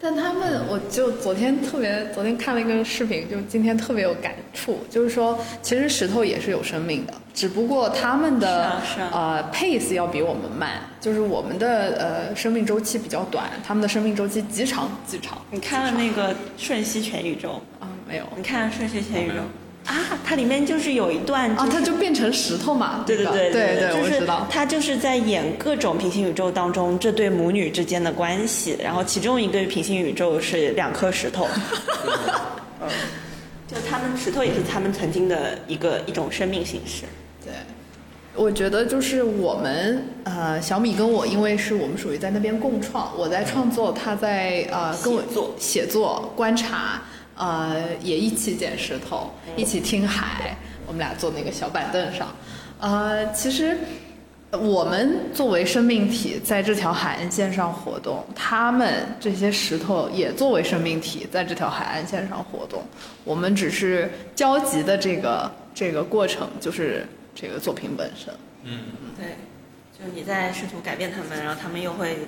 Speaker 3: 但他们，我就昨天特别，昨天看了一个视频，就今天特别有感触，就是说，其实石头也是有生命的，只不过他们的、
Speaker 2: 是啊是
Speaker 3: 呃 pace 要比我们慢，就是我们的呃生命周期比较短，他们的生命周期极长极长。
Speaker 2: 你看了那个《瞬息全宇宙
Speaker 3: 啊、没有》？
Speaker 2: 你看了《瞬息全宇宙
Speaker 4: 没有》
Speaker 2: 啊？它里面就是有一段
Speaker 3: 啊，
Speaker 2: 哦就是
Speaker 3: 它就变成石头嘛？
Speaker 2: 对
Speaker 3: 对吧
Speaker 2: 对
Speaker 3: 对
Speaker 2: 对，
Speaker 3: 我
Speaker 2: 就是
Speaker 3: 知道。
Speaker 2: 他就是在演各种平行宇宙当中这对母女之间的关系，然后其中一个平行宇宙是两颗石 头，嗯就他们石头也是他们曾经的一个一种生命形式。
Speaker 3: 对，我觉得就是我们呃，小米跟我，因为是我们属于在那边共创，我在创作，他在呃跟我
Speaker 2: 写作
Speaker 3: 写作观察，呃也一起捡石头，一
Speaker 2: 嗯
Speaker 3: 起听海，我们俩坐那个小板凳上，呃，其实。我们作为生命体，在这条海岸线上活动，他们这些石头也作为生命体，在这条海岸线上活动。我们只是交集的这个这个过程，就是这个作品本身。
Speaker 2: 对，就是你在试图改变他们，然后他们又会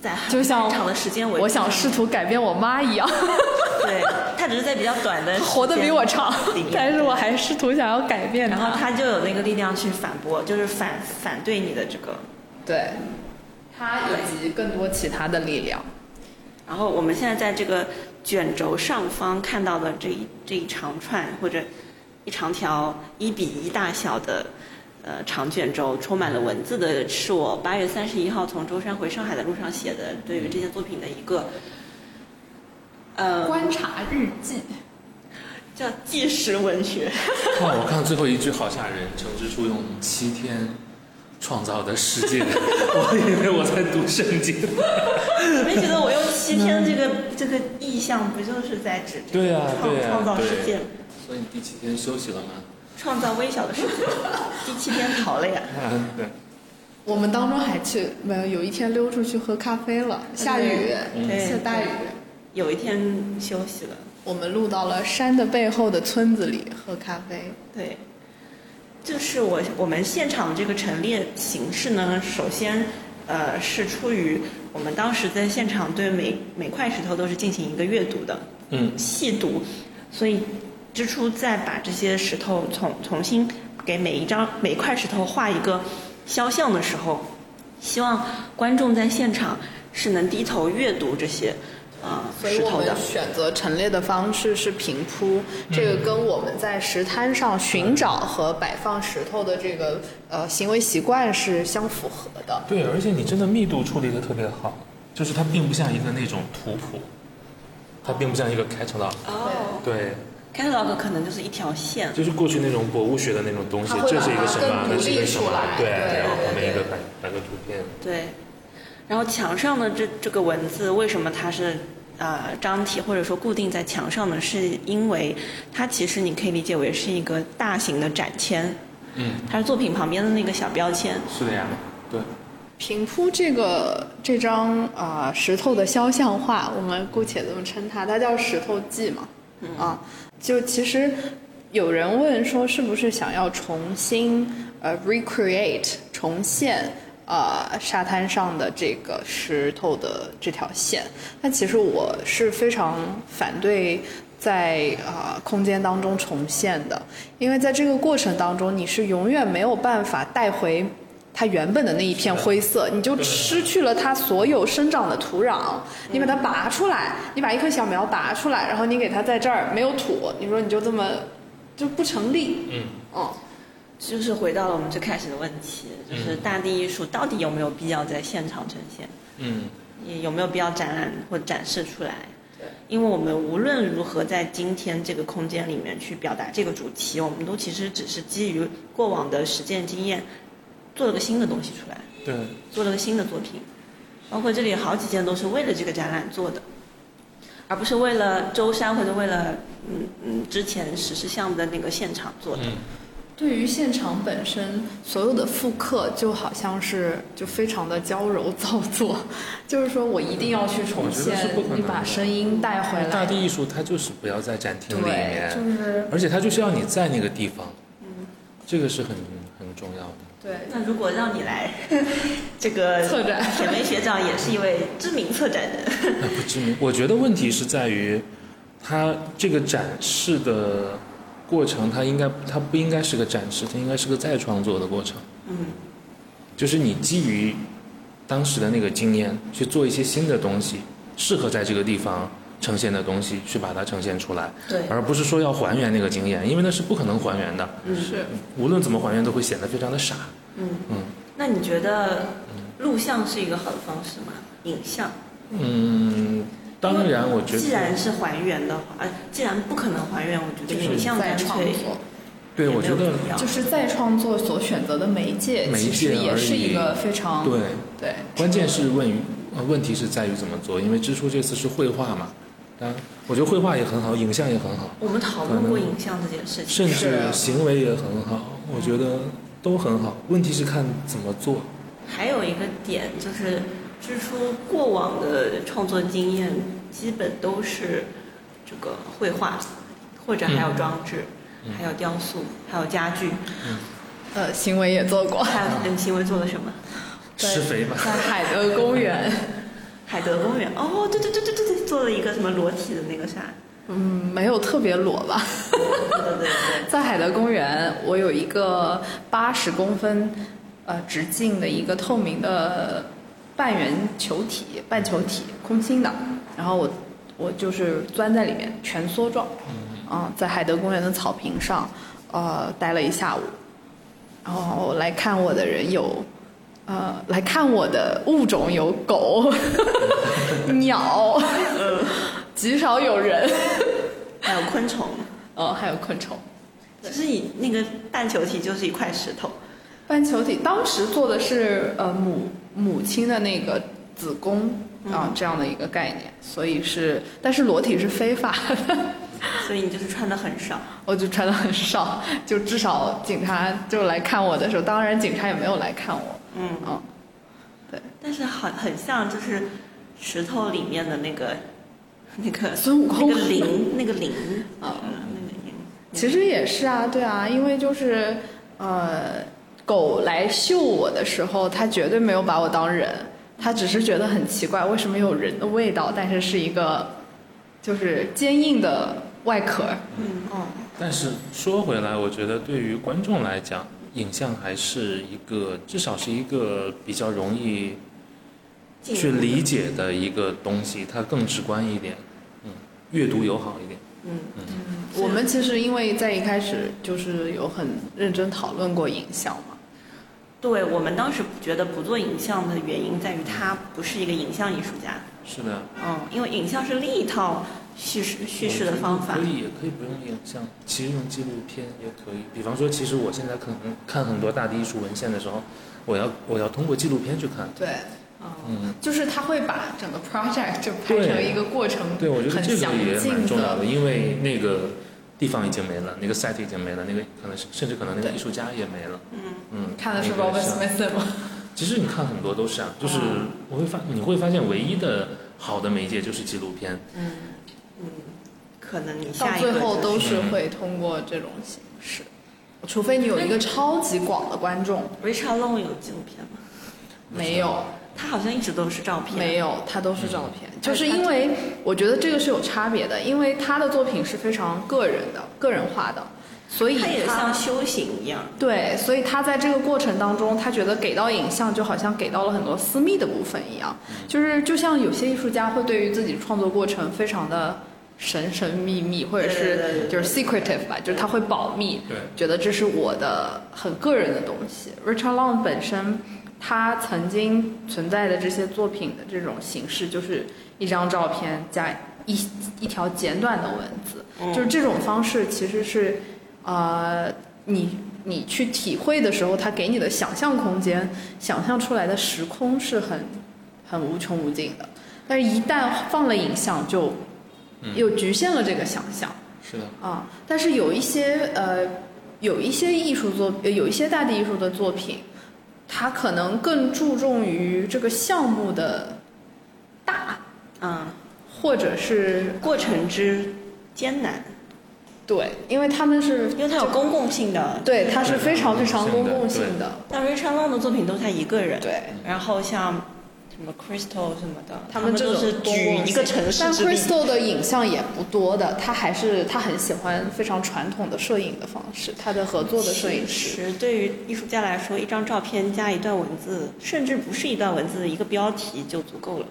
Speaker 2: 在很
Speaker 3: 就像
Speaker 2: 漫长的时间维护
Speaker 3: 我想
Speaker 2: 他们
Speaker 3: 试图改变我妈 一样，
Speaker 2: 对，他只是在比较短 的时间
Speaker 3: 活得比我长
Speaker 2: 里面，
Speaker 3: 但是我还试图想要改变
Speaker 2: 然后
Speaker 3: 她。
Speaker 2: 他就有那个力量去反驳，就是反反对你的这个
Speaker 3: 对，她以及更多其他的力量。
Speaker 2: 然后我们现在在这个卷轴上方看到的这一这一长串或者一长条一比一大小的呃长卷轴，充满了文字的是我八月三十一号从舟山回上海的路上写的对于这件作品的一个呃
Speaker 3: 观察日记，
Speaker 2: 叫纪实文学。
Speaker 4: 哇，我看最后一句好吓人，诚之初用七天创造的世界， 我以为我在读圣经。
Speaker 2: 你没觉得我用七天这个这个意象，不就是在指这个
Speaker 4: 对啊
Speaker 2: 创
Speaker 4: 对啊
Speaker 2: 创造
Speaker 4: 对
Speaker 2: 世界吗，
Speaker 4: 所以你第七天休息了吗？
Speaker 2: 创造微小的世界？第七天逃了呀。
Speaker 4: 啊， 对，
Speaker 3: 我们当中还去没有有一天溜出去喝咖啡了，下雨，
Speaker 2: 对
Speaker 3: 下大雨。
Speaker 2: 有一天休息了。
Speaker 3: 我们录到了山的背后的村子里喝咖啡，
Speaker 2: 对，就是我我们现场这个陈列形式呢，首先呃是出于我们当时在现场对每每块石头都是进行一个阅读的
Speaker 4: 嗯，
Speaker 2: 细读，所以之初再把这些石头重重新给每一张每一块石头画一个肖像的时候，希望观众在现场是能低头阅读这些啊、呃、
Speaker 3: 所以
Speaker 2: 石
Speaker 3: 我
Speaker 2: 头的
Speaker 3: 们。选择陈列的方式是平铺，这
Speaker 2: 嗯
Speaker 3: 个跟我们在石滩上寻找和摆放石头的这个呃行为习惯是相符合的。
Speaker 4: 对，而且你真的密度处理的特别好，就是它并不像一个那种图谱，它并不像一个 catalog，
Speaker 2: 哦
Speaker 4: 对，
Speaker 2: ，catalog 可能就是一条线，
Speaker 4: 就是过去那种博物学的那种东西
Speaker 3: 它，会
Speaker 4: 这是一个什
Speaker 3: 把
Speaker 4: 么
Speaker 3: 它，
Speaker 4: 那是一个什
Speaker 3: 独立出
Speaker 4: 么
Speaker 3: 来，
Speaker 4: 对，
Speaker 3: 对
Speaker 4: 然后
Speaker 3: 对
Speaker 4: 旁边一个
Speaker 3: 对
Speaker 4: 摆摆个图片，
Speaker 2: 对，然后墙上的这这个文字为什么它是呃张贴或者说固定在墙上呢？是因为它其实你可以理解为是一个大型的展签，
Speaker 4: 嗯，
Speaker 2: 它是作品旁边的那个小标签。
Speaker 4: 是的呀，对，
Speaker 3: 平铺这个这张啊、呃石头的肖像画，我们姑且这么称它，它叫石头记嘛，啊，就其实有人问说是不是想要重新呃 recreate 重现呃沙滩上的这个石头的这条线？但其实我是非常反对在啊、呃空间当中重现的，因为在这个过程当中，你是永远没有办法带回。它原本的嗯那一片灰色，你就失去了它所有生长的土壤。你把它拔出来，你把一棵小苗拔出来，然后你给它在这儿没有土，你说你就这么就不成立。
Speaker 4: 嗯，
Speaker 3: 嗯，
Speaker 2: 就是回到了我们最开始的问题，就是大地艺术到底有没有必要在现场呈现？
Speaker 4: 嗯，
Speaker 2: 也有没有必要展览或展示出来？因为我们无论如何在今天这个空间里面去表达这个主题，我们都其实只是基于过往的实践经验，做了个新的东西出来，
Speaker 4: 对，
Speaker 2: 做了个新的作品。包括这里好几件都是为了这个展览做的，而不是为了舟山或者为了嗯嗯之前实施项目的那个现场做的。
Speaker 4: 嗯，
Speaker 3: 对于现场本身所有的复刻，就好像是就非常的娇柔造作， 就是说我一定要去重
Speaker 4: 我觉得是
Speaker 3: 现
Speaker 4: 不可能的
Speaker 3: 你把声音带回
Speaker 4: 大
Speaker 3: 来，
Speaker 4: 地艺术它就是不要在展厅里
Speaker 3: 对，就
Speaker 4: 面，
Speaker 3: 是嗯
Speaker 4: 而且它就是要你在那个地方，这个是很很重要的。
Speaker 3: 对
Speaker 2: 那如果让你 来，这个
Speaker 3: 策展
Speaker 2: 田梅学长也是一位知名策展人，
Speaker 4: 那不知名，我觉得问题是在于，它这个展示的过程，它应该它不应该是个展示，它应该是个再创作的过程。
Speaker 2: 嗯，
Speaker 4: 就是你基于当时的那个经验去做一些新的东西，适合在这个地方呈现的东西，去把它呈现出来，
Speaker 2: 对
Speaker 4: 而不是说要还原那个经验，因为那是不可能还原的，
Speaker 3: 是
Speaker 4: 无论怎么还原都会显得非常的傻。
Speaker 2: 嗯，
Speaker 4: 嗯
Speaker 2: 那你觉得录像是一个好的方式吗？影像，
Speaker 4: 嗯，当然，我觉
Speaker 2: 既
Speaker 4: 得
Speaker 2: 然是还原的话，呃，既然不可能还原，我觉得影像
Speaker 3: 在
Speaker 2: 干
Speaker 3: 创
Speaker 2: 脆
Speaker 3: 作。
Speaker 4: 对，我觉
Speaker 2: 也没有
Speaker 4: 得
Speaker 2: 必要
Speaker 3: 就是再创作所选择的媒介，
Speaker 4: 啊媒
Speaker 3: 其实
Speaker 4: 介
Speaker 3: 也
Speaker 4: 而
Speaker 3: 是一
Speaker 4: 已
Speaker 3: 个非常
Speaker 4: 对。
Speaker 3: 对
Speaker 4: 关键是问于呃问题是在于怎么做，因为支出这次是绘画嘛，当然我觉得绘画也很好，影像也很好，
Speaker 2: 我们讨论过影像这件事情，
Speaker 4: 甚
Speaker 3: 是
Speaker 4: 至行为也很好，我觉得都很好。问题是看怎么做。
Speaker 2: 还有一个点就是，支出过往的创作经验基本都是这个绘画，或者还有装置，还有雕塑，还有家具，
Speaker 3: 呃，行为也做过，
Speaker 2: 还有嗯，行为做了什么？
Speaker 3: 对
Speaker 4: 施肥吧，
Speaker 3: 在海德公园，
Speaker 2: 海德公园哦，对对对对对对，做了一个什么裸体的那个啥，
Speaker 3: 嗯，没有特别裸吧。
Speaker 2: 对对对对，
Speaker 3: 在海德公园，我有一个八十公分呃直径的一个透明的半圆球体，半球体空心的，然后我我就是钻在里面，蜷缩状，啊、在海德公园的草坪上，呃，待了一下午，然后来看我的人有。呃，来看我的物种有狗、鸟， 极少有人，
Speaker 2: 还有昆虫。
Speaker 3: 哦，还有昆虫。
Speaker 2: 其实你那个半球体就是一块石头，
Speaker 3: 半球体当时做的是呃母母亲的那个子宫啊、这样的一个概念，所以是但是裸体是非法的，
Speaker 2: 所以你就是穿的很少。
Speaker 3: 我就穿的很少，就至少警察就来看我的时候，当然警察也没有来看我，
Speaker 2: 嗯，
Speaker 3: 嗯，
Speaker 2: 但是很很像就是石头里面的那个 那个
Speaker 3: 孙悟空
Speaker 2: 那个灵那个 灵
Speaker 3: 啊
Speaker 2: 嗯那个灵
Speaker 3: 其实也是啊，对啊，因为就是呃狗来嗅我的时候，它绝对没有把我当人，它只是觉得很奇怪，为什么有人的味道，但是是一个就是坚硬的外壳，
Speaker 2: 嗯
Speaker 3: 嗯。
Speaker 4: 但是说回来，我觉得对于观众来讲，影像还是一个至少是一个比较容易
Speaker 2: 进
Speaker 4: 去
Speaker 2: 入
Speaker 4: 理解的一个东西，它更直观一点，嗯，阅读友好一点。
Speaker 2: 嗯
Speaker 3: 我们其实因为在一开始就是有很认真讨论过影像嘛，
Speaker 2: 对我们当时觉得不做影像的原因在于他不是一个影像艺术家，
Speaker 4: 是的，
Speaker 2: 嗯，因为影像是另一套叙事叙事的方法
Speaker 3: 哦
Speaker 4: 可，以，也可以不用影像，其实用纪录片也可以。比方说，其实我现在可能看很多大地艺术文献的时候，我要我要通过纪录片去看。
Speaker 3: 对，
Speaker 4: 嗯，
Speaker 3: 就是他会把整个 project 就拍
Speaker 4: 对
Speaker 3: 成一个过程，
Speaker 4: 对，我觉得
Speaker 3: 很
Speaker 4: 这个
Speaker 3: 详
Speaker 4: 也蛮
Speaker 3: 尽
Speaker 4: 重要
Speaker 3: 的
Speaker 4: 的，，因为那个地方已经没了，那个 site 已经没了，那个可能是甚至可能那个
Speaker 3: 对
Speaker 4: 艺术家也没了。
Speaker 2: 嗯，
Speaker 4: 嗯，
Speaker 3: 看的是
Speaker 4: 那个
Speaker 3: Robert
Speaker 4: 像
Speaker 3: Smith 吗？
Speaker 4: 其实你看很多都是啊，就是
Speaker 2: 嗯
Speaker 4: 我会发你会发现唯一的好的媒介就是纪录片。
Speaker 2: 嗯嗯，可能你
Speaker 3: 到
Speaker 2: 下一个
Speaker 3: 最后
Speaker 2: 就是
Speaker 3: 都是
Speaker 4: 嗯
Speaker 3: 会通过这种形式，除非你有一个超级广的观众，
Speaker 4: 嗯
Speaker 2: Richard Long 有纪录片吗？
Speaker 3: 没有。
Speaker 2: 他好像一直都是嗯哎照片，
Speaker 3: 没
Speaker 2: 有，
Speaker 3: 有，它都是照片，
Speaker 2: 但
Speaker 3: 就是是
Speaker 2: 它
Speaker 3: 因为我觉得这个是有差别的，因为他的作品是非常个人的、个人化的，所以
Speaker 2: 他也
Speaker 3: 它
Speaker 2: 像修行一样，
Speaker 3: 对，所以他在这个过程当中，他觉得给到影像就好像给到了很多私密的部分一样，
Speaker 2: 嗯
Speaker 3: 就是就像有些艺术家会对于自己创作过程非常的神神秘秘，或者
Speaker 2: 对对对
Speaker 3: 是
Speaker 2: 对
Speaker 3: 就是 secretive 吧，就是他会保密，
Speaker 4: 对
Speaker 3: 觉得这是我的很个人的东西。Richard Long 本身他曾经存在的这些作品的这种形式，就是一张照片加一一条简短的文字，
Speaker 2: 嗯
Speaker 3: 就是这种方式其实是呃你。你去体会的时候，它给你的想象空间，想象出来的时空是很很无穷无尽的。但是，一旦放了影像，就
Speaker 4: 嗯
Speaker 3: 又局限了这个想象。
Speaker 4: 是的，
Speaker 3: 啊，但是有一些呃有一些艺术作，呃有一些大地艺术的作品，它可能更注重于这个项目的大，
Speaker 2: 嗯，
Speaker 3: 或者是
Speaker 2: 过程之艰难，
Speaker 3: 对，因为他们是
Speaker 2: 因为它有公共性的。
Speaker 3: 对，它是非常非常公共性
Speaker 4: 对
Speaker 3: 的，
Speaker 2: 像 Richard Long 的作品都是他一个人，
Speaker 3: 对。
Speaker 2: 然后像什么 Crystal 什么的，他
Speaker 3: 们这
Speaker 2: 都
Speaker 3: 种
Speaker 2: 是举一个城市
Speaker 3: 但
Speaker 2: 之力。
Speaker 3: Crystal 的影像也不多的，他还是他很喜欢非常传统的摄影的方式，他的合作的摄影
Speaker 2: 其
Speaker 3: 师。
Speaker 2: 实对于艺术家来说，一张照片加一段文字，甚至不是一段文字，一个标题就足够了。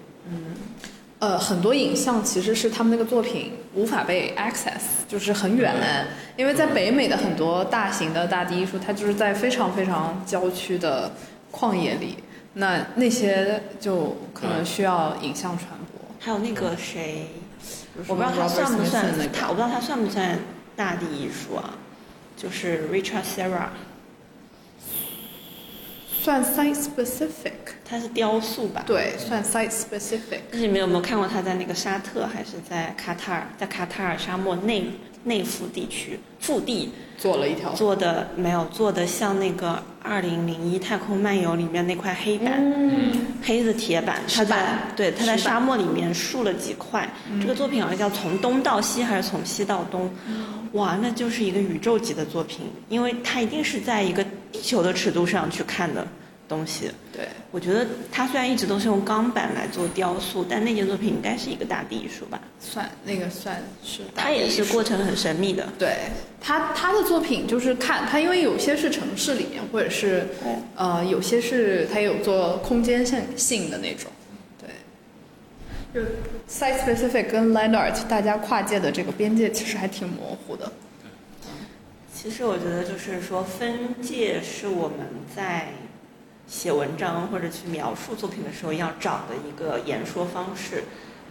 Speaker 3: 呃，很多影像其实是他们那个作品无法被 access，就是很远，因为在北美的很多大型的大地艺术，它就是在非常非常郊区的旷野里，那那些就可能需要影像传播。
Speaker 2: 还有那个谁，
Speaker 3: 比如
Speaker 2: 我
Speaker 3: 说
Speaker 2: 不知道他
Speaker 3: Robert
Speaker 2: 算不
Speaker 3: Smith
Speaker 2: 算
Speaker 3: 那个
Speaker 2: 他，我不知道他算不算大地艺术啊？就是 Richard Serra，
Speaker 3: 算 site specific，
Speaker 2: 他是雕塑吧？。
Speaker 3: 对，算 site specific。
Speaker 2: 但是你们有没有看过他在那个沙特，还是在卡塔尔，在卡塔尔沙漠内内腹地区腹地
Speaker 3: 做了一条
Speaker 2: 做的没有做的像那个二零零一太空漫游里面那块黑板，黑的铁板，它
Speaker 3: 嗯石板嗯
Speaker 2: 在对它在
Speaker 3: 石板
Speaker 2: 沙漠里面竖了几块。这个作品好像叫从东到西还是从西到东，
Speaker 3: 嗯
Speaker 2: 哇，那就是一个宇宙级的作品，因为它一定是在一个地球的尺度上去看的东西。
Speaker 3: 对，
Speaker 2: 我觉得它虽然一直都是用钢板来做雕塑，但那件作品应该是一个大地艺术吧？
Speaker 3: 算那个算是大
Speaker 2: 它也
Speaker 3: 艺
Speaker 2: 是
Speaker 3: 术
Speaker 2: 过程很神秘的。
Speaker 3: 对他他的作品就是看他，因为有些是城市里面，或者是
Speaker 2: 对
Speaker 3: 呃有些是他有做空间性性的那种，对。就 site specific 跟 land art 大家跨界的这个边界其实还挺模糊的，
Speaker 2: 其实我觉得就是说，分界是我们在写文章或者去描述作品的时候要找的一个言说方式。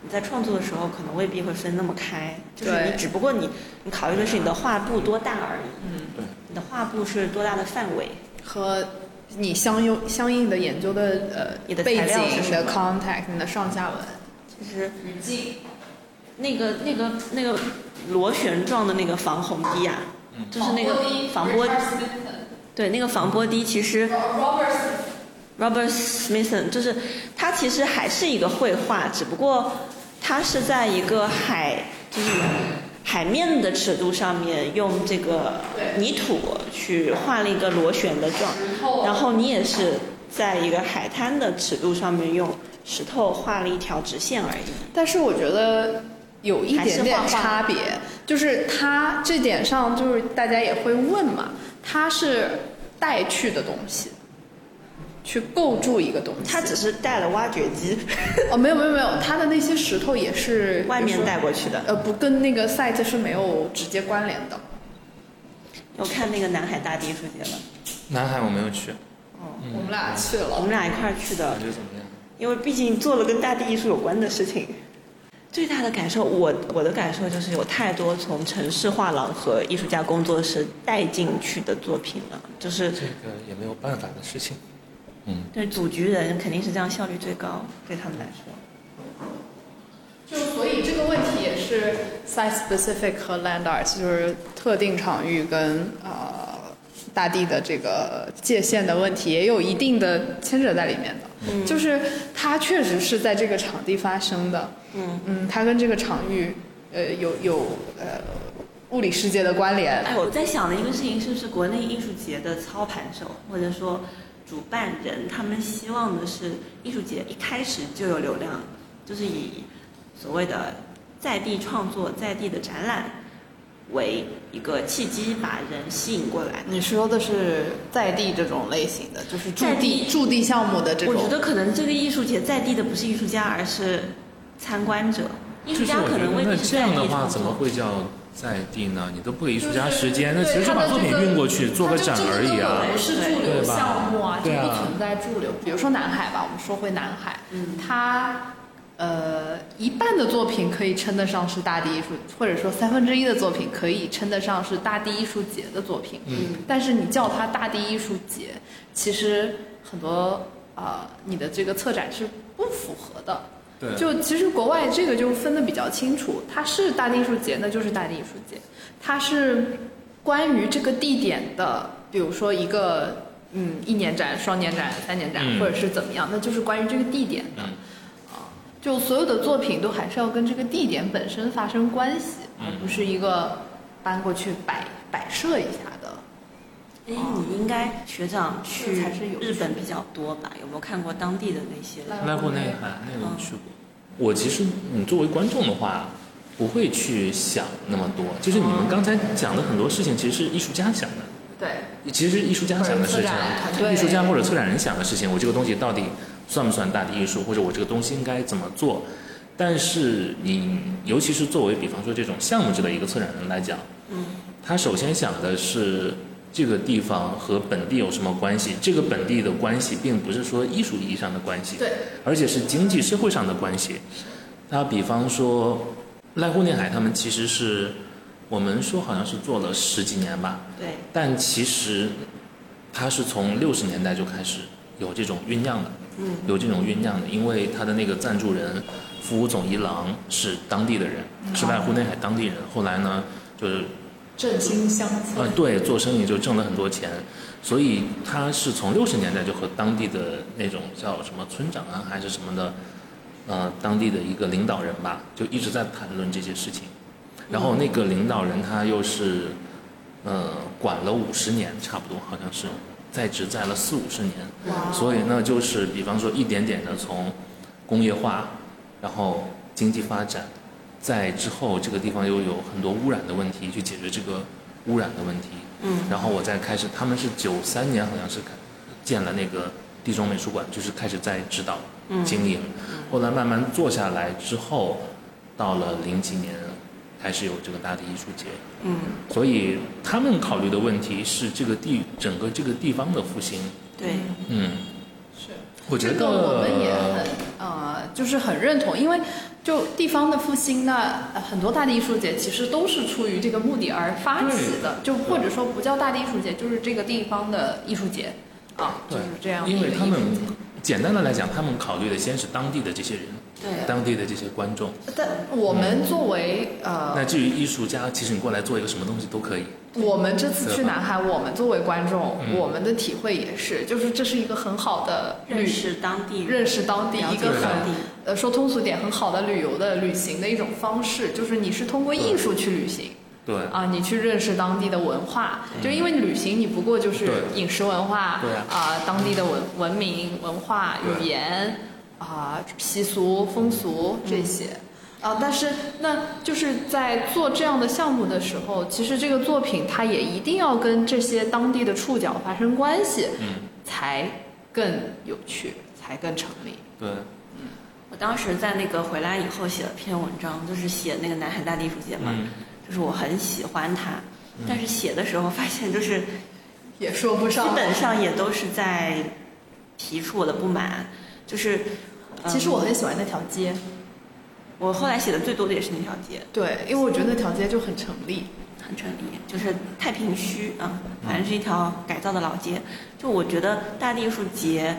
Speaker 2: 你在创作的时候可能未必会分那么开，就是你
Speaker 3: 对
Speaker 2: 只不过你你考虑的是你的画布多大而已，
Speaker 4: 对，
Speaker 2: 你的画布是多大的范围，
Speaker 3: 和你相应相应的研究的
Speaker 2: 你
Speaker 3: 呃
Speaker 2: 的
Speaker 3: 背
Speaker 2: 材料是
Speaker 3: 景、你
Speaker 2: 什
Speaker 3: 的
Speaker 2: 么
Speaker 3: contact、你的上下文，
Speaker 2: 就是那个那个那个螺旋状的那个防红滴啊，就是那个防波，对，那个防波堤其实 Robert Smithson 就是他其实还是一个绘画，只不过他是在一个海就是海面的尺度上面用这个泥土去画了一个螺旋的状，然后你也是在一个海滩的尺度上面用石头画了一条直线而已。
Speaker 3: 但是我觉得有一点点差别，就是他这点上，就是大家也会问嘛，他是带去的东西，去构筑一个东西。
Speaker 2: 他只是带了挖掘机，
Speaker 3: 哦，没有没有没有，他的那些石头也是
Speaker 2: 外面带，过去
Speaker 3: 比
Speaker 2: 的
Speaker 3: 如。说呃，不跟那个 site 是没有直接关联的。
Speaker 2: 有看那个南海大地艺术节吗？
Speaker 4: 南海我没有去，
Speaker 2: 哦
Speaker 3: 我们俩去
Speaker 2: 我
Speaker 3: 了
Speaker 2: 们，俩一块儿去的
Speaker 4: 感，觉怎么样？
Speaker 2: 因为毕竟做了跟大地艺术有关的事情。最大的感受，我我的感受就是有太多从城市画廊和艺术家工作室带进去的作品了，就是
Speaker 4: 这个也没有办法的事情。嗯，
Speaker 2: 对组局人肯定是这样效率最高，对他们来说。
Speaker 3: 就所以这个问题也是 site specific 和 land art，就是特定场域跟呃大地的这个界限的问题，也有一定的牵扯在里面的。就是它确实是在这个场地发生的，
Speaker 2: 嗯
Speaker 3: 嗯，它跟这个场域呃有有呃物理世界的关联。
Speaker 2: 哎，我在想的一个事情是不是国内艺术节的操盘手或者说主办人，他们希望的是艺术节一开始就有流量，就是以所谓的在地创作、在地的展览为一个契机，把人吸引过来。
Speaker 3: 你说的是在地这种类型的，就是驻
Speaker 2: 在
Speaker 3: 地
Speaker 2: 地
Speaker 3: 驻地项目的这
Speaker 2: 我
Speaker 3: 种。
Speaker 2: 觉得可能这个艺术节在地的不是艺术家，而是参观者。艺术
Speaker 4: 就是
Speaker 2: 家
Speaker 4: 我
Speaker 2: 可
Speaker 4: 觉
Speaker 2: 能未
Speaker 4: 得那
Speaker 2: 必是
Speaker 4: 这
Speaker 2: 在
Speaker 4: 样的
Speaker 2: 地
Speaker 4: 话
Speaker 2: 创
Speaker 4: 怎么
Speaker 2: 作。
Speaker 4: 会叫在地呢？你都不给艺术家时间，那
Speaker 3: 对
Speaker 4: 其实就把作品运过去做个展而已啊。
Speaker 3: 它的这个根本不是驻留项目啊，这
Speaker 4: 对
Speaker 3: 不
Speaker 4: 啊
Speaker 3: 存在驻留。比如说南海吧，我们说回南海，它呃一半的作品可以称得上是大地艺术，或者说三分之一的作品可以称得上是大地艺术节的作品。
Speaker 4: 嗯，
Speaker 3: 但是你叫它大地艺术节，其实很多啊、呃你的这个策展是不符合的。
Speaker 4: 对，
Speaker 3: 就其实国外这个就分得比较清楚，它是大地艺术节，那就是大地艺术节；它是关于这个地点的，比如说一个嗯一年展、双年展、三年展，
Speaker 4: 嗯
Speaker 3: 或者是怎么样，那就是关于这个地点的。
Speaker 4: 嗯
Speaker 3: 就所有的作品都还是要跟这个地点本身发生关系，
Speaker 4: 嗯
Speaker 3: 而不是一个搬过去摆摆设一下的。哦
Speaker 2: 哎，你应该学长去
Speaker 3: 这才是有趣
Speaker 2: 日本比较多吧？有没有看过当地的那些？
Speaker 3: 来
Speaker 4: 濑户内海那个我去过。我其实你作为观众的话，不会去想那么多。就是你们刚才讲的很多事情，其实是艺术家想的，
Speaker 3: 对，
Speaker 4: 其实是艺术家想的事
Speaker 3: 或者策展团
Speaker 4: 情，
Speaker 3: 队
Speaker 4: 艺术家或者策展人想的事情，我这个东西到底算不算大地艺术，或者我这个东西应该怎么做？但是你，尤其是作为比方说这种项目制的一个策展人来讲，他首先想的是这个地方和本地有什么关系？这个本地的关系，并不是说艺术意义上的关系，
Speaker 3: 对，
Speaker 4: 而且是经济社会上的关系。他比方说，濑户内海他们其实是我们说好像是做了十几年吧，
Speaker 2: 对，
Speaker 4: 但其实它是从六十年代就开始有这种酝酿的，
Speaker 2: 嗯，
Speaker 4: 有这种酝酿的，因为他的那个赞助人服务总一郎是当地的人，是濑户内海当地人。后来呢，就是
Speaker 3: 振兴乡
Speaker 2: 哦
Speaker 4: 呃，对，做生意就挣了很多钱，所以他是从六十年代就和当地的那种叫什么村长啊还是什么的，呃，当地的一个领导人吧，就一直在谈论这些事情。然后那个领导人他又是，呃，管了五十年，差不多好像是在职在了四五十年，所以呢，就是比方说一点点的从工业化，然后经济发展，在之后这个地方又有很多污染的问题，去解决这个污染的问题。
Speaker 2: 嗯，
Speaker 4: 然后我再开始，他们是九三年好像是开建了那个地中美术馆，就是开始在指导经营。后来慢慢做下来之后，到了零几年开始有这个大地艺术节。
Speaker 2: 嗯，
Speaker 4: 所以他们考虑的问题是这个地整个这个地方的复兴。
Speaker 2: 对，
Speaker 4: 嗯，
Speaker 3: 是，
Speaker 4: 我觉
Speaker 3: 这
Speaker 4: 得
Speaker 3: 个我们也很呃，就是很认同，因为就地方的复兴呢，呃很多大地艺术节其实都是出于这个目的而发起的，就或者说不叫大地艺术节，就是这个地方的艺术节啊，就
Speaker 4: 对
Speaker 3: 是这样的一
Speaker 4: 因
Speaker 3: 个
Speaker 4: 为
Speaker 3: 艺
Speaker 4: 他
Speaker 3: 术
Speaker 4: 们
Speaker 3: 节。
Speaker 4: 简单的来讲，他们考虑的先是当地的这些人，
Speaker 2: 对，
Speaker 4: 当地的这些观众。
Speaker 3: 但我们作为呃
Speaker 4: 那至于艺术家，其实你过来做一个什么东西都可以。
Speaker 3: 我们这次去
Speaker 4: 对吧
Speaker 3: 南海，我们作为观众，
Speaker 4: 嗯
Speaker 3: 我们的体会也是，就是这是一个很好的旅
Speaker 2: 认识当地人，
Speaker 3: 认识当地
Speaker 2: 了
Speaker 3: 一
Speaker 2: 解
Speaker 3: 个很
Speaker 2: 当地，
Speaker 3: 呃说通俗点很好的旅游的旅行的一种方式，就是你是通过艺术去旅行
Speaker 4: 对，
Speaker 3: 啊，你去认识当地的文化，就因为旅行你不过就是
Speaker 4: 对
Speaker 3: 饮食文化啊、
Speaker 4: 对啊
Speaker 3: 当地的文文明文化
Speaker 4: 对
Speaker 3: 语言啊、习俗风俗这些。啊、但是那就是在做这样的项目的时候，其实这个作品它也一定要跟这些当地的触角发生关系，
Speaker 4: 嗯，
Speaker 3: 才更有趣，才更成立。
Speaker 4: 对，
Speaker 2: 我当时在那个回来以后写了篇文章，就是写那个南海大地艺术节嘛，
Speaker 4: 嗯
Speaker 2: 就是我很喜欢它，
Speaker 3: 嗯
Speaker 2: 但是写的时候发现 就是
Speaker 3: 也说不
Speaker 2: 基
Speaker 3: 上。
Speaker 2: 本上也都是在提出我的不满，就是、嗯
Speaker 3: 其实我很喜欢那条街，
Speaker 2: 我后来写的最多的也是那条街，
Speaker 3: 对，因为我觉得那条街就很成立。
Speaker 2: 很成立，就是太平区啊，
Speaker 3: 嗯
Speaker 2: 反正是一条改造的老街。就我觉得大地艺术节，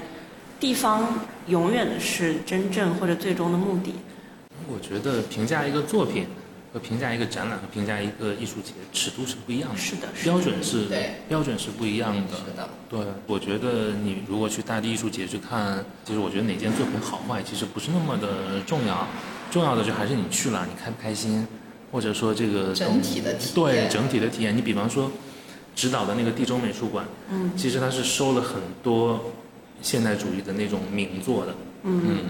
Speaker 2: 地方永远是真正或者最终的目的。
Speaker 4: 我觉得评价一个作品和评价一个展览和评价一个艺术节尺度是不一样的，
Speaker 2: 是的，是的
Speaker 4: 标准是
Speaker 3: 对
Speaker 4: 标准是不一样的。
Speaker 3: 是的，
Speaker 4: 对，我觉得你如果去大地艺术节去看，就是我觉得哪件作品好坏其实不是那么的重要，重要的就还是你去了，你开不开心，或者说这个
Speaker 3: 整体的体
Speaker 4: 对
Speaker 3: 验
Speaker 4: 整体的体验。你比方说，指导的那个地中美术馆，
Speaker 2: 嗯，
Speaker 4: 其实它是收了很多现代主义的那种名作的，
Speaker 2: 嗯，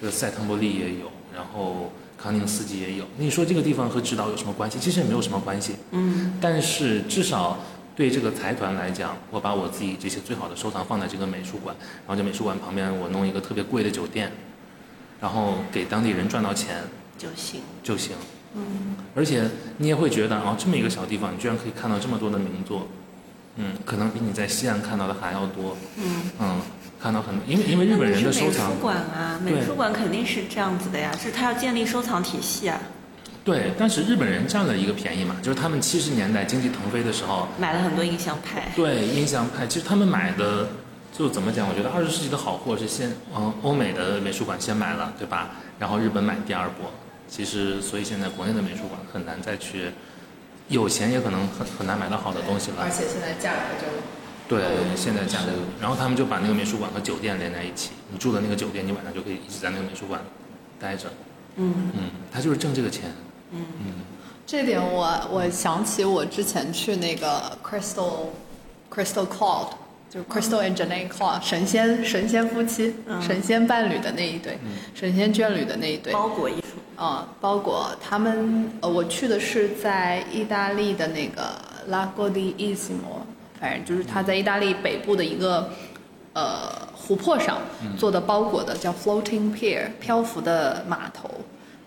Speaker 4: 就是塞滕伯利也有，然后康宁斯基也有。你说这个地方和指导有什么关系？其实也没有什么关系，
Speaker 2: 嗯，
Speaker 4: 但是至少对这个财团来讲，我把我自己这些最好的收藏放在这个美术馆，然后这美术馆旁边我弄一个特别贵的酒店，然后给当地人赚到钱
Speaker 2: 就行。
Speaker 4: 就行。嗯，而且你也会觉得哦，这么一个小地方，你居然可以看到这么多的名作，嗯，可能比你在西岸看到的还要多。
Speaker 2: 嗯，
Speaker 4: 嗯，看到很多，因为因为日本人的收
Speaker 2: 那你是
Speaker 4: 藏
Speaker 2: 美术，馆啊，
Speaker 4: 对
Speaker 2: 美术馆肯定是这样子的呀，就是他要建立收藏体系啊，
Speaker 4: 对，但是日本人占了一个便宜嘛，就是他们七十年代经济腾飞的时候，
Speaker 2: 买了很多印象派。
Speaker 4: 对印象派，其实他们买的就怎么讲？我觉得二十世纪的好货是先，嗯，欧美的美术馆先买了，对吧？然后日本买第二波。其实，所以现在国内的美术馆很难再去有钱也可能很很难买到好的东西了
Speaker 5: 而。且现在价格就
Speaker 4: 对，现在价格，然后他们就把那个美术馆和酒店连在一起，你住的那个酒店，你晚上就可以一直在那个美术馆待着。
Speaker 2: 嗯
Speaker 4: 嗯，他就是挣这个钱。
Speaker 3: 这点我我想起我之前去那个 Crystal Crystal Cloud，就是 Crystal and Janae Cloud 神仙神仙夫妻、神仙伴侣的那一对，
Speaker 4: 嗯
Speaker 3: 神仙眷侣的那一对，
Speaker 2: 包裹艺术，
Speaker 3: 呃，包裹他们，呃，我去的是在意大利的那个拉戈di i s m o 反正就是他在意大利北部的一个呃湖泊上做的包裹的，叫 floating pier 漂浮的码头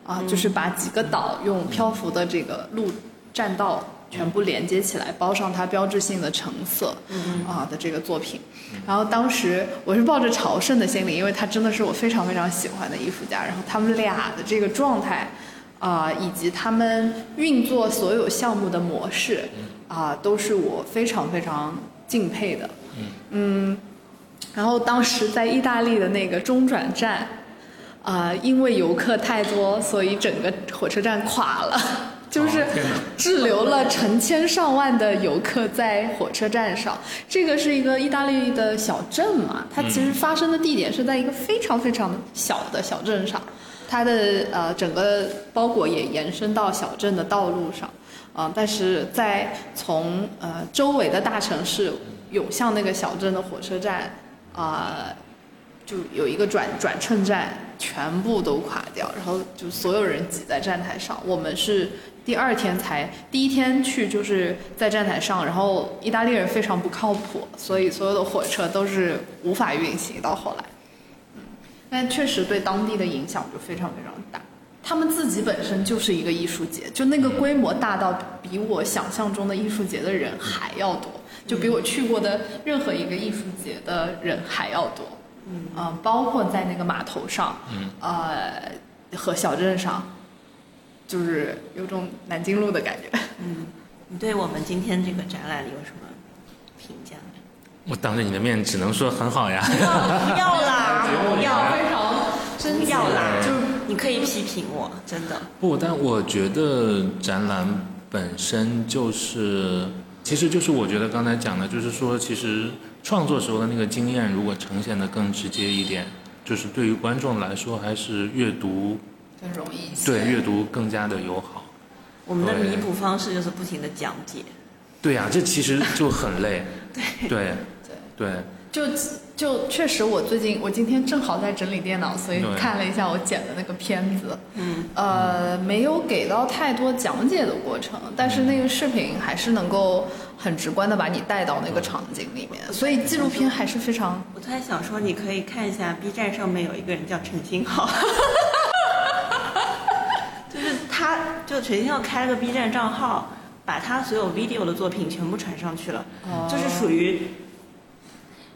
Speaker 3: 啊、就是把几个岛用漂浮的这个路栈道全部连接起来，包上它标志性的橙色啊、的这个作品。然后当时我是抱着朝圣的心理，因为他真的是我非常非常喜欢的艺术家。然后他们俩的这个状态，啊、以及他们运作所有项目的模式，啊、都是我非常非常敬佩的。嗯，然后当时在意大利的那个中转站，啊、因为游客太多，所以整个火车站垮了。 就是
Speaker 4: 哦天哪
Speaker 3: 滞留了成千上万的游客在火车站上。这个是一个意大利的小镇嘛，它其实发生的地点是在一个非常非常小的小镇上，它的呃整个包裹也延伸到小镇的道路上，啊、但是在从呃周围的大城市涌向那个小镇的火车站，啊、就有一个转转乘站，全部都垮掉，然后就所有人挤在站台上。我们是第二天才，第一天去就是在站台上，然后意大利人非常不靠谱，所以所有的火车都是无法运行到后来。嗯，但确实对当地的影响就非常非常大。他们自己本身就是一个艺术节，就那个规模大到比我想象中的艺术节的人还要多，就比我去过的任何一个艺术节的人还要多。嗯、呃，包括在那个码头上，
Speaker 4: 嗯
Speaker 3: 呃，和小镇上，就是有种南京路的感觉。
Speaker 2: 你对我们今天这个展览有什么评价？
Speaker 4: 我当着你的面只能说很好呀。
Speaker 2: 不要啦，不要，
Speaker 3: 非常真
Speaker 2: 不要 啦！
Speaker 4: 对
Speaker 2: 就是你可以批评我，真的。
Speaker 4: 不，但我觉得展览本身就是，其实就是我觉得刚才讲的，就是说，其实创作时候的那个经验，如果呈现的更直接一点，就是对于观众来说，还是阅读
Speaker 3: 更容易一些。
Speaker 4: 对阅读更加的友好。
Speaker 2: 我们的
Speaker 4: 对
Speaker 2: 弥补方式就是不停的讲解，
Speaker 4: 对呀、这其实就很累。对对对，
Speaker 3: 就就确实，我最近我今天正好在整理电脑，所以
Speaker 4: 对
Speaker 3: 看了一下我剪的那个片子，
Speaker 2: 嗯，
Speaker 3: 呃，没有给到太多讲解的过程，但是
Speaker 4: 嗯
Speaker 3: 那个视频还是能够很直观的把你带到那个场景里面，所以纪录片还是非常
Speaker 2: 我突然想说，你可以看一下 B 站上面有一个人叫陈星浩， 就是他，就陈星浩开了个 B 站账号，把他所有 video 的作品全部传上去了，就是属于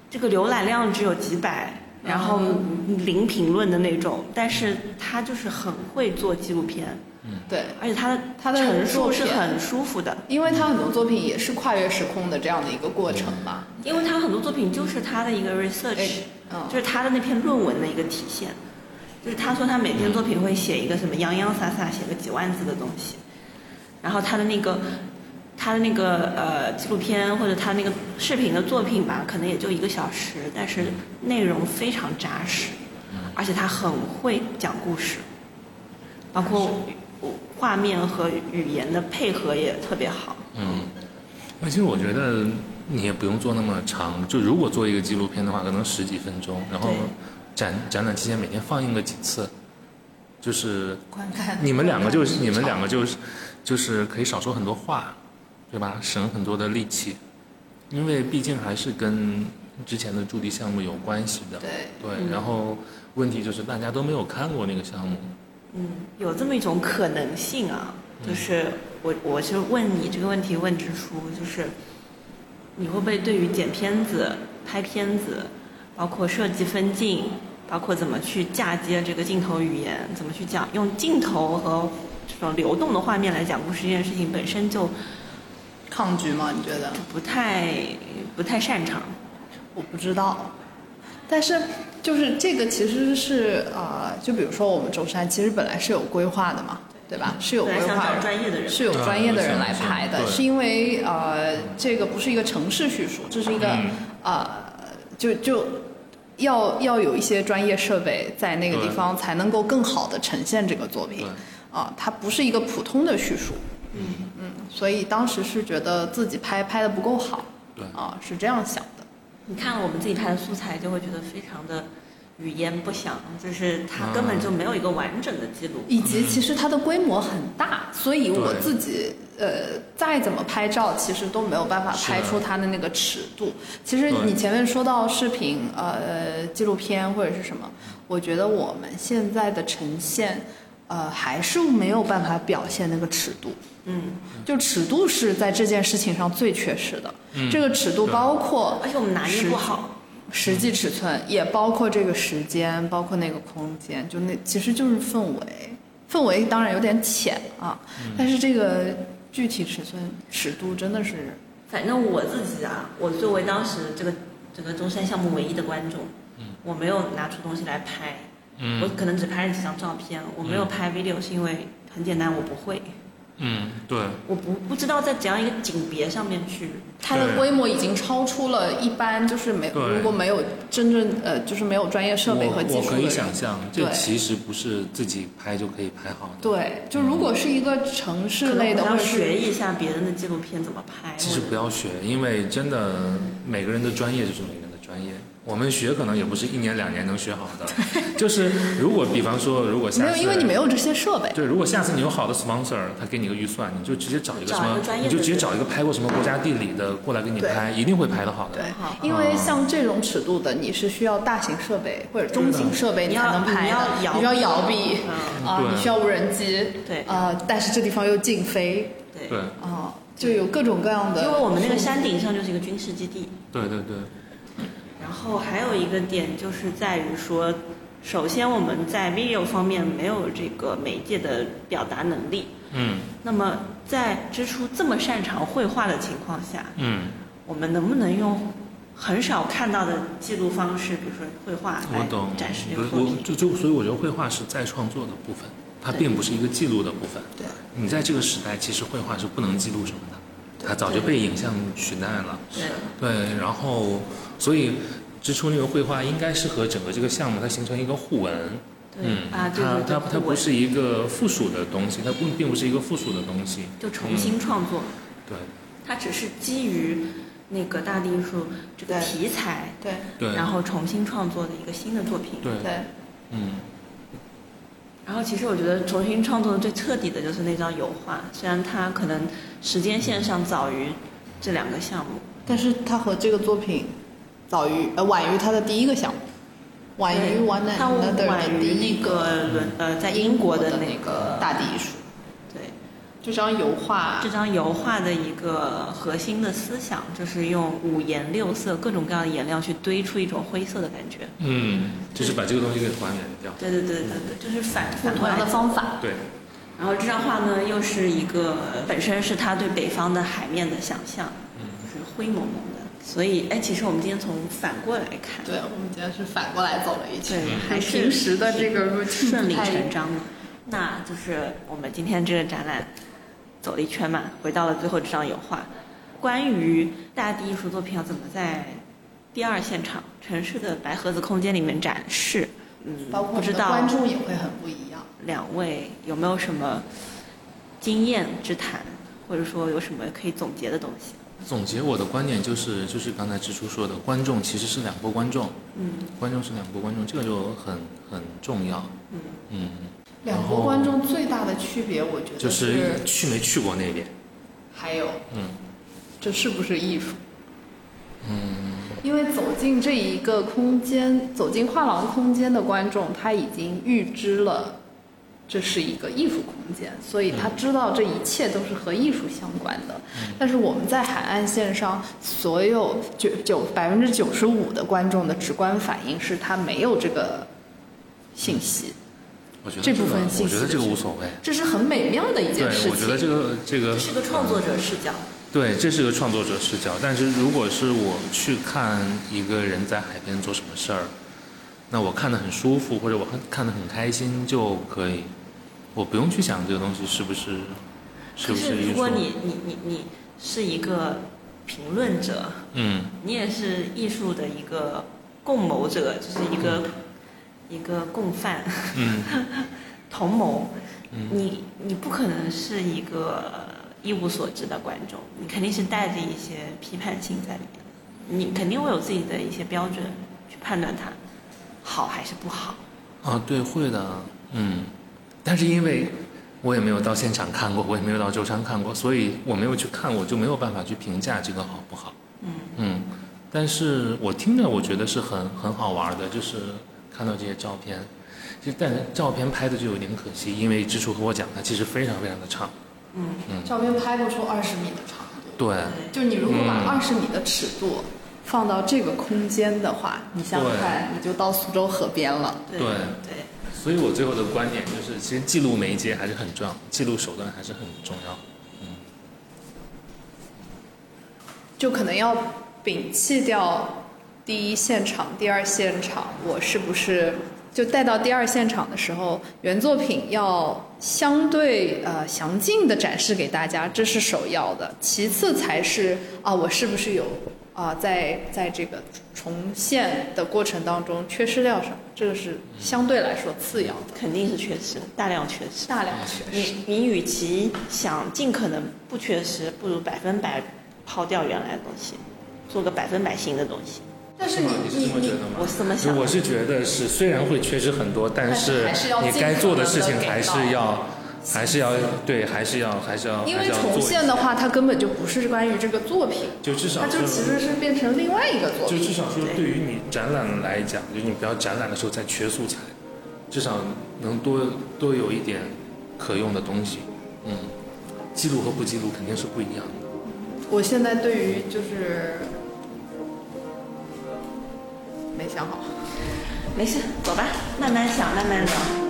Speaker 2: 这个浏览量只有几百，然后零评论的那种，但是他就是很会做纪录片，
Speaker 4: 嗯
Speaker 3: 对。
Speaker 2: 而且他的
Speaker 3: 他的
Speaker 2: 陈
Speaker 3: 作
Speaker 2: 述是
Speaker 3: 品
Speaker 2: 很舒服的，
Speaker 3: 因为他很多作品也是跨越时空的这样的一个过程嘛，
Speaker 2: 因为他很多作品就是他的一个 research，、
Speaker 3: 哎嗯
Speaker 2: 就是他的那篇论文的一个体现。就是他说他每篇作品会写一个什么洋洋洒洒写个几万字的东西，然后他的那个他的那个呃纪录片或者他那个视频的作品吧，可能也就一个小时，但是内容非常扎实，而且他很会讲故事，包括画面和语言的配合也特别好。
Speaker 4: 嗯，那其实我觉得你也不用做那么长，就如果做一个纪录片的话，可能十几分钟，然后
Speaker 2: 对
Speaker 4: 展展览期间每天放映个几次，就是
Speaker 3: 观看
Speaker 4: 你们两个就是你们两个就是就是可以少说很多话，对吧？省很多的力气，因为毕竟还是跟之前的驻地项目有关系的。
Speaker 3: 对
Speaker 4: 对，然后问题就是大家都没有看过那个项目，
Speaker 2: 有这么一种可能性啊，就是我我是问你这个问题问直叔，就是你会不会对于剪片子、拍片子，包括设计分镜，包括怎么去嫁接这个镜头语言，怎么去讲用镜头和这种流动的画面来讲故事这件事情本身就
Speaker 3: 抗拒吗？你觉得？
Speaker 2: 不太不太擅长。
Speaker 3: 我不知道，但是就是这个其实是啊、呃就比如说我们舟山其实本来是有规划的嘛，对吧？是有规
Speaker 2: 嗯本来
Speaker 3: 划
Speaker 2: 想找专业的人
Speaker 3: 是有专业的人来拍
Speaker 4: 嗯
Speaker 3: 的，
Speaker 4: 对
Speaker 3: 是因为呃，这个不是一个城市叙述，这是一个、
Speaker 4: 嗯
Speaker 3: 呃，就就要要有一些专业设备在那个地
Speaker 4: 对
Speaker 3: 方，才能够更好的呈现这个作品
Speaker 4: 对。
Speaker 3: 啊、它不是一个普通的叙述，
Speaker 4: 嗯，
Speaker 3: 所以当时是觉得自己拍拍的不够好，
Speaker 4: 对
Speaker 3: 啊、是这样想的。
Speaker 2: 你看了我们自己拍的素材，就会觉得非常的语焉不详，就是它根本就没有一个完整的记录。
Speaker 3: 以及其实它的规模很大，所以我
Speaker 4: 对
Speaker 3: 自己呃再怎么拍照，其实都没有办法
Speaker 4: 是
Speaker 3: 拍
Speaker 4: 的
Speaker 3: 出它的那个尺度。其实
Speaker 4: 对
Speaker 3: 你前面说到视频、呃纪录片或者是什么，我觉得我们现在的呈现，呃还是没有办法表现那个尺度。
Speaker 2: 嗯，
Speaker 3: 就尺度是在这件事情上最缺失的，
Speaker 4: 嗯
Speaker 3: 这个尺度
Speaker 4: 对
Speaker 3: 包括
Speaker 2: 而且我们拿捏
Speaker 3: 实
Speaker 2: 不好。
Speaker 3: 实际尺寸，也包括这个时间，包括那个空间，就那其实就是氛围。氛围当然有点浅啊，
Speaker 4: 嗯
Speaker 3: 但是这个具体尺寸尺度真的是，
Speaker 2: 反正我自己啊，我作为当时这个整个中山项目唯一的观众，
Speaker 3: 嗯
Speaker 2: 我没有拿出东西来拍，
Speaker 4: 嗯
Speaker 2: 我可能只拍了几张照片，我没有拍 video 是因为很简单，我不会，
Speaker 4: 嗯，对，
Speaker 2: 我不不知道在怎样一个景别上面去。
Speaker 3: 它的
Speaker 4: 对
Speaker 3: 规模已经超出了一般，就是没
Speaker 4: 对
Speaker 3: 如果没有真正呃，就是没有专业设备和技
Speaker 4: 我我
Speaker 3: 术
Speaker 4: 可
Speaker 3: 的
Speaker 4: 以
Speaker 3: 人，
Speaker 4: 想象，
Speaker 3: 对
Speaker 4: 这其实不是自己拍就可以拍好的。，
Speaker 3: 对，就如果是一个城市
Speaker 2: 可能
Speaker 3: 类的，
Speaker 2: 我
Speaker 3: 或
Speaker 2: 要
Speaker 3: 者是
Speaker 2: 学一下别人的纪录片怎么拍。
Speaker 4: 其实
Speaker 2: 或
Speaker 4: 不
Speaker 2: 者
Speaker 4: 要学，因为真的每个人的专业就是每个人的专业。我们学可能也不是一年两年能学好的，就是如果比方说，如果下次
Speaker 3: 没有，因为你没有这些设备，
Speaker 4: 对，如果下次你有好的 sponsor，他给你个预算，你就直接找一个
Speaker 2: 找
Speaker 4: 什么
Speaker 2: 一个专，业
Speaker 4: 你
Speaker 2: 的
Speaker 4: 就直接找一个拍过什么国家地理的过来给你
Speaker 3: 对
Speaker 4: 拍，一定会拍的好的。
Speaker 3: 对
Speaker 2: 好，
Speaker 3: 因为像这种尺度的，你是需要大型设备或者中型设备
Speaker 2: 嗯你
Speaker 3: 才
Speaker 2: 要
Speaker 3: 能拍的，
Speaker 2: 你要
Speaker 3: 你需
Speaker 2: 摇
Speaker 3: 要
Speaker 2: 臂
Speaker 3: 摇臂
Speaker 2: 嗯
Speaker 3: 啊，
Speaker 4: 对
Speaker 3: 你需要无人机，
Speaker 2: 对
Speaker 3: 啊，但是这地方又禁飞
Speaker 2: 对，
Speaker 4: 对
Speaker 3: 啊，就有各种各样的。
Speaker 2: 因为我们那个山顶上就是一个军事基地，
Speaker 4: 对对对，
Speaker 2: 然后还有一个点就是在于说，首先我们在 video 方面没有这个媒介的表达能力。
Speaker 4: 嗯
Speaker 2: 那么在支出这么擅长绘画的情况下，
Speaker 4: 嗯，
Speaker 2: 我们能不能用很少看到的记录方式，比如说绘画
Speaker 4: 我
Speaker 2: 来
Speaker 4: 懂。
Speaker 2: 展示这
Speaker 4: 不
Speaker 2: 个
Speaker 4: 是
Speaker 2: 作
Speaker 4: 我
Speaker 2: 品？
Speaker 4: 就就所以我觉得绘画是再创作的部分，它
Speaker 2: 对
Speaker 4: 并不是一个记录的部分。
Speaker 3: 对，
Speaker 4: 你在这个时代，其实绘画是不能记录什么的，它早就被影像取代了。
Speaker 2: 对，
Speaker 4: 对，然后所以支出那个绘画应该是和整个这个项目它形成一个互文。嗯
Speaker 2: 对，啊，对
Speaker 4: 它
Speaker 2: 对对，
Speaker 4: 它它
Speaker 2: 互
Speaker 4: 不
Speaker 2: 文
Speaker 4: 是一个附属的东西，它不并不是一个附属的东西。
Speaker 2: 就重新创作，
Speaker 4: 对
Speaker 2: 它只是基于那个大地艺术这个
Speaker 3: 对
Speaker 2: 题材，
Speaker 3: 对
Speaker 4: 对，
Speaker 2: 然后重新创作的一个新的作品。
Speaker 4: 对
Speaker 3: 对，
Speaker 4: 嗯
Speaker 2: 然后其实我觉得重新创作的最彻底的就是那张油画，虽然它可能时间线上早于这两个项目，
Speaker 3: 但是它和这个作品早于呃晚于它的第一个项目，晚于
Speaker 2: 对
Speaker 3: One Night
Speaker 2: 它
Speaker 3: Another 的
Speaker 2: 晚于
Speaker 3: 第一
Speaker 2: 那个伦呃在
Speaker 3: 英
Speaker 2: 英国
Speaker 3: 的
Speaker 2: 的那
Speaker 3: 个
Speaker 2: 个
Speaker 3: 大地艺术，
Speaker 2: 对
Speaker 3: 这张油画
Speaker 2: 这张油画的一个核心的思想就是用五颜六色各种各样的颜料去堆出一种灰色的感觉。
Speaker 4: 嗯，就是把这个东西给还原掉。
Speaker 2: 对对对对对，就是反反
Speaker 3: 同
Speaker 2: 过
Speaker 3: 样
Speaker 2: 来
Speaker 3: 的方法，
Speaker 4: 对，
Speaker 2: 然后这张画呢，又是一个本身是他对北方的海面的想象，
Speaker 3: 嗯
Speaker 2: 就是灰蒙蒙的。所以，哎，其实我们今天从反过来看，
Speaker 3: 对我们今天是反过来走了一圈，
Speaker 2: 对，还是
Speaker 3: 平时的这个 routine
Speaker 2: 顺理
Speaker 3: 不太一样
Speaker 2: 成章的。那就是我们今天这个展览走了一圈嘛，回到了最后这张油画。关于大地艺术作品要怎么在第二现场城市的白盒子空间里面展示，嗯，
Speaker 3: 包
Speaker 2: 不
Speaker 3: 括我们
Speaker 2: 知
Speaker 3: 的
Speaker 2: 道
Speaker 3: 观众也会很不一样。
Speaker 2: 两位有没有什么经验之谈，或者说有什么可以总结的东西？
Speaker 4: 总结我的观点就是，就是刚才支出说的，观众其实是两波观众，
Speaker 2: 嗯，
Speaker 4: 观众是两波观众，这个就很很重要。
Speaker 2: 嗯
Speaker 4: 嗯，
Speaker 3: 两
Speaker 4: 然
Speaker 3: 国
Speaker 4: 后
Speaker 3: 观众最大的区别，我觉得
Speaker 4: 就是去没去过那边。
Speaker 3: 还有
Speaker 4: 嗯，
Speaker 3: 这是不是艺术？嗯，因为走进这一个空间，走进画廊空间的观众，他已经预知了这是一个艺术空间，所以他知道这一切都是和艺术相关的。
Speaker 4: 嗯
Speaker 3: 但是我们在海岸线上，所有九九百分之九十五的观众的直观反应是他没有这个信息，
Speaker 4: 我觉得
Speaker 3: 这
Speaker 4: 个
Speaker 3: 部分信
Speaker 4: 我
Speaker 3: 息
Speaker 4: 觉得这个
Speaker 3: 是
Speaker 4: 无所谓。
Speaker 3: 这是很美妙的一
Speaker 4: 对
Speaker 3: 件事情。，
Speaker 4: 我觉得这个这个
Speaker 2: 这是个创作者视角，
Speaker 4: 对，这是个创作者视角。但是如果是我去看一个人在海边做什么事儿，那我看得很舒服，或者我看看得很开心就可以。我不用去想这个东西是不是是
Speaker 2: 可
Speaker 4: 不是
Speaker 2: 是
Speaker 4: 艺
Speaker 2: 如
Speaker 4: 术
Speaker 2: 果。你你你你是一个评论者，
Speaker 4: 嗯，
Speaker 2: 你也是艺术的一个共谋者，就是一个一个共犯，
Speaker 4: 嗯，
Speaker 2: 同谋。你你不可能是一个一无所知的观众，你肯定是带着一些批判性在里面的，你肯定会有自己的一些标准去判断它好还是不好。
Speaker 4: 啊，对，会的，嗯，但是因为我也没有到现场看过，我也没有到周商看过，所以我没有去看，我就没有办法去评价这个好不好。嗯但是我听着，我觉得是很很好玩的，就是看到这些照片，其实但是照片拍的就有点可惜，因为支出和我讲，它其实非常非常的长。
Speaker 2: 嗯
Speaker 3: 照片拍不出二十米的长度。
Speaker 4: 对，
Speaker 3: 就是你如果把
Speaker 4: 嗯
Speaker 3: 二十米的尺度放到这个空间的话，你想想看，你就到苏州河边了。
Speaker 2: 对
Speaker 4: 对
Speaker 2: 对
Speaker 4: 所以我最后的观点就是，其实记录媒介还是很重要，记录手段还是很重要。
Speaker 3: 就可能要摒弃掉第一现场、第二现场，我是不是就带到第二现场的时候，原作品要相对呃详尽的展示给大家，这是首要的，其次才是啊，我是不是有啊在在这个重现的过程当中缺失掉什么，这个是相对来说次要的，
Speaker 2: 肯定是缺失，大量缺失。
Speaker 3: 大量
Speaker 4: 嗯
Speaker 3: 缺失。
Speaker 2: 你你与其想尽可能不缺失，不如百分百抛掉原来的东西，做个百分百新的东西。
Speaker 3: 但是
Speaker 4: 是
Speaker 3: 你
Speaker 4: 吗你是
Speaker 3: 你
Speaker 4: 这么觉得
Speaker 3: 你
Speaker 4: 吗？
Speaker 2: 我是这么想的
Speaker 4: 我是觉得是，虽然会缺失很多，但是
Speaker 3: 但是还是要
Speaker 4: 你该做的事情
Speaker 3: 尽可能地
Speaker 4: 还是要，还是要对，还是要，还是要，
Speaker 3: 因
Speaker 4: 还
Speaker 3: 为
Speaker 4: 是要
Speaker 3: 重
Speaker 4: 做一
Speaker 3: 现
Speaker 4: 些
Speaker 3: 的话，它根本就不是关于这个作品，
Speaker 4: 就至少
Speaker 3: 它就其实是变成另外一个作
Speaker 4: 就
Speaker 3: 品。
Speaker 4: 至少说，对于你展览来讲，就是你不要展览的时候再缺素材，至少能多多有一点可用的东西。嗯，记录和不记录肯定是不一样的。
Speaker 3: 我现在对于就是没想好。
Speaker 2: 没事，走吧，慢慢想，慢慢聊。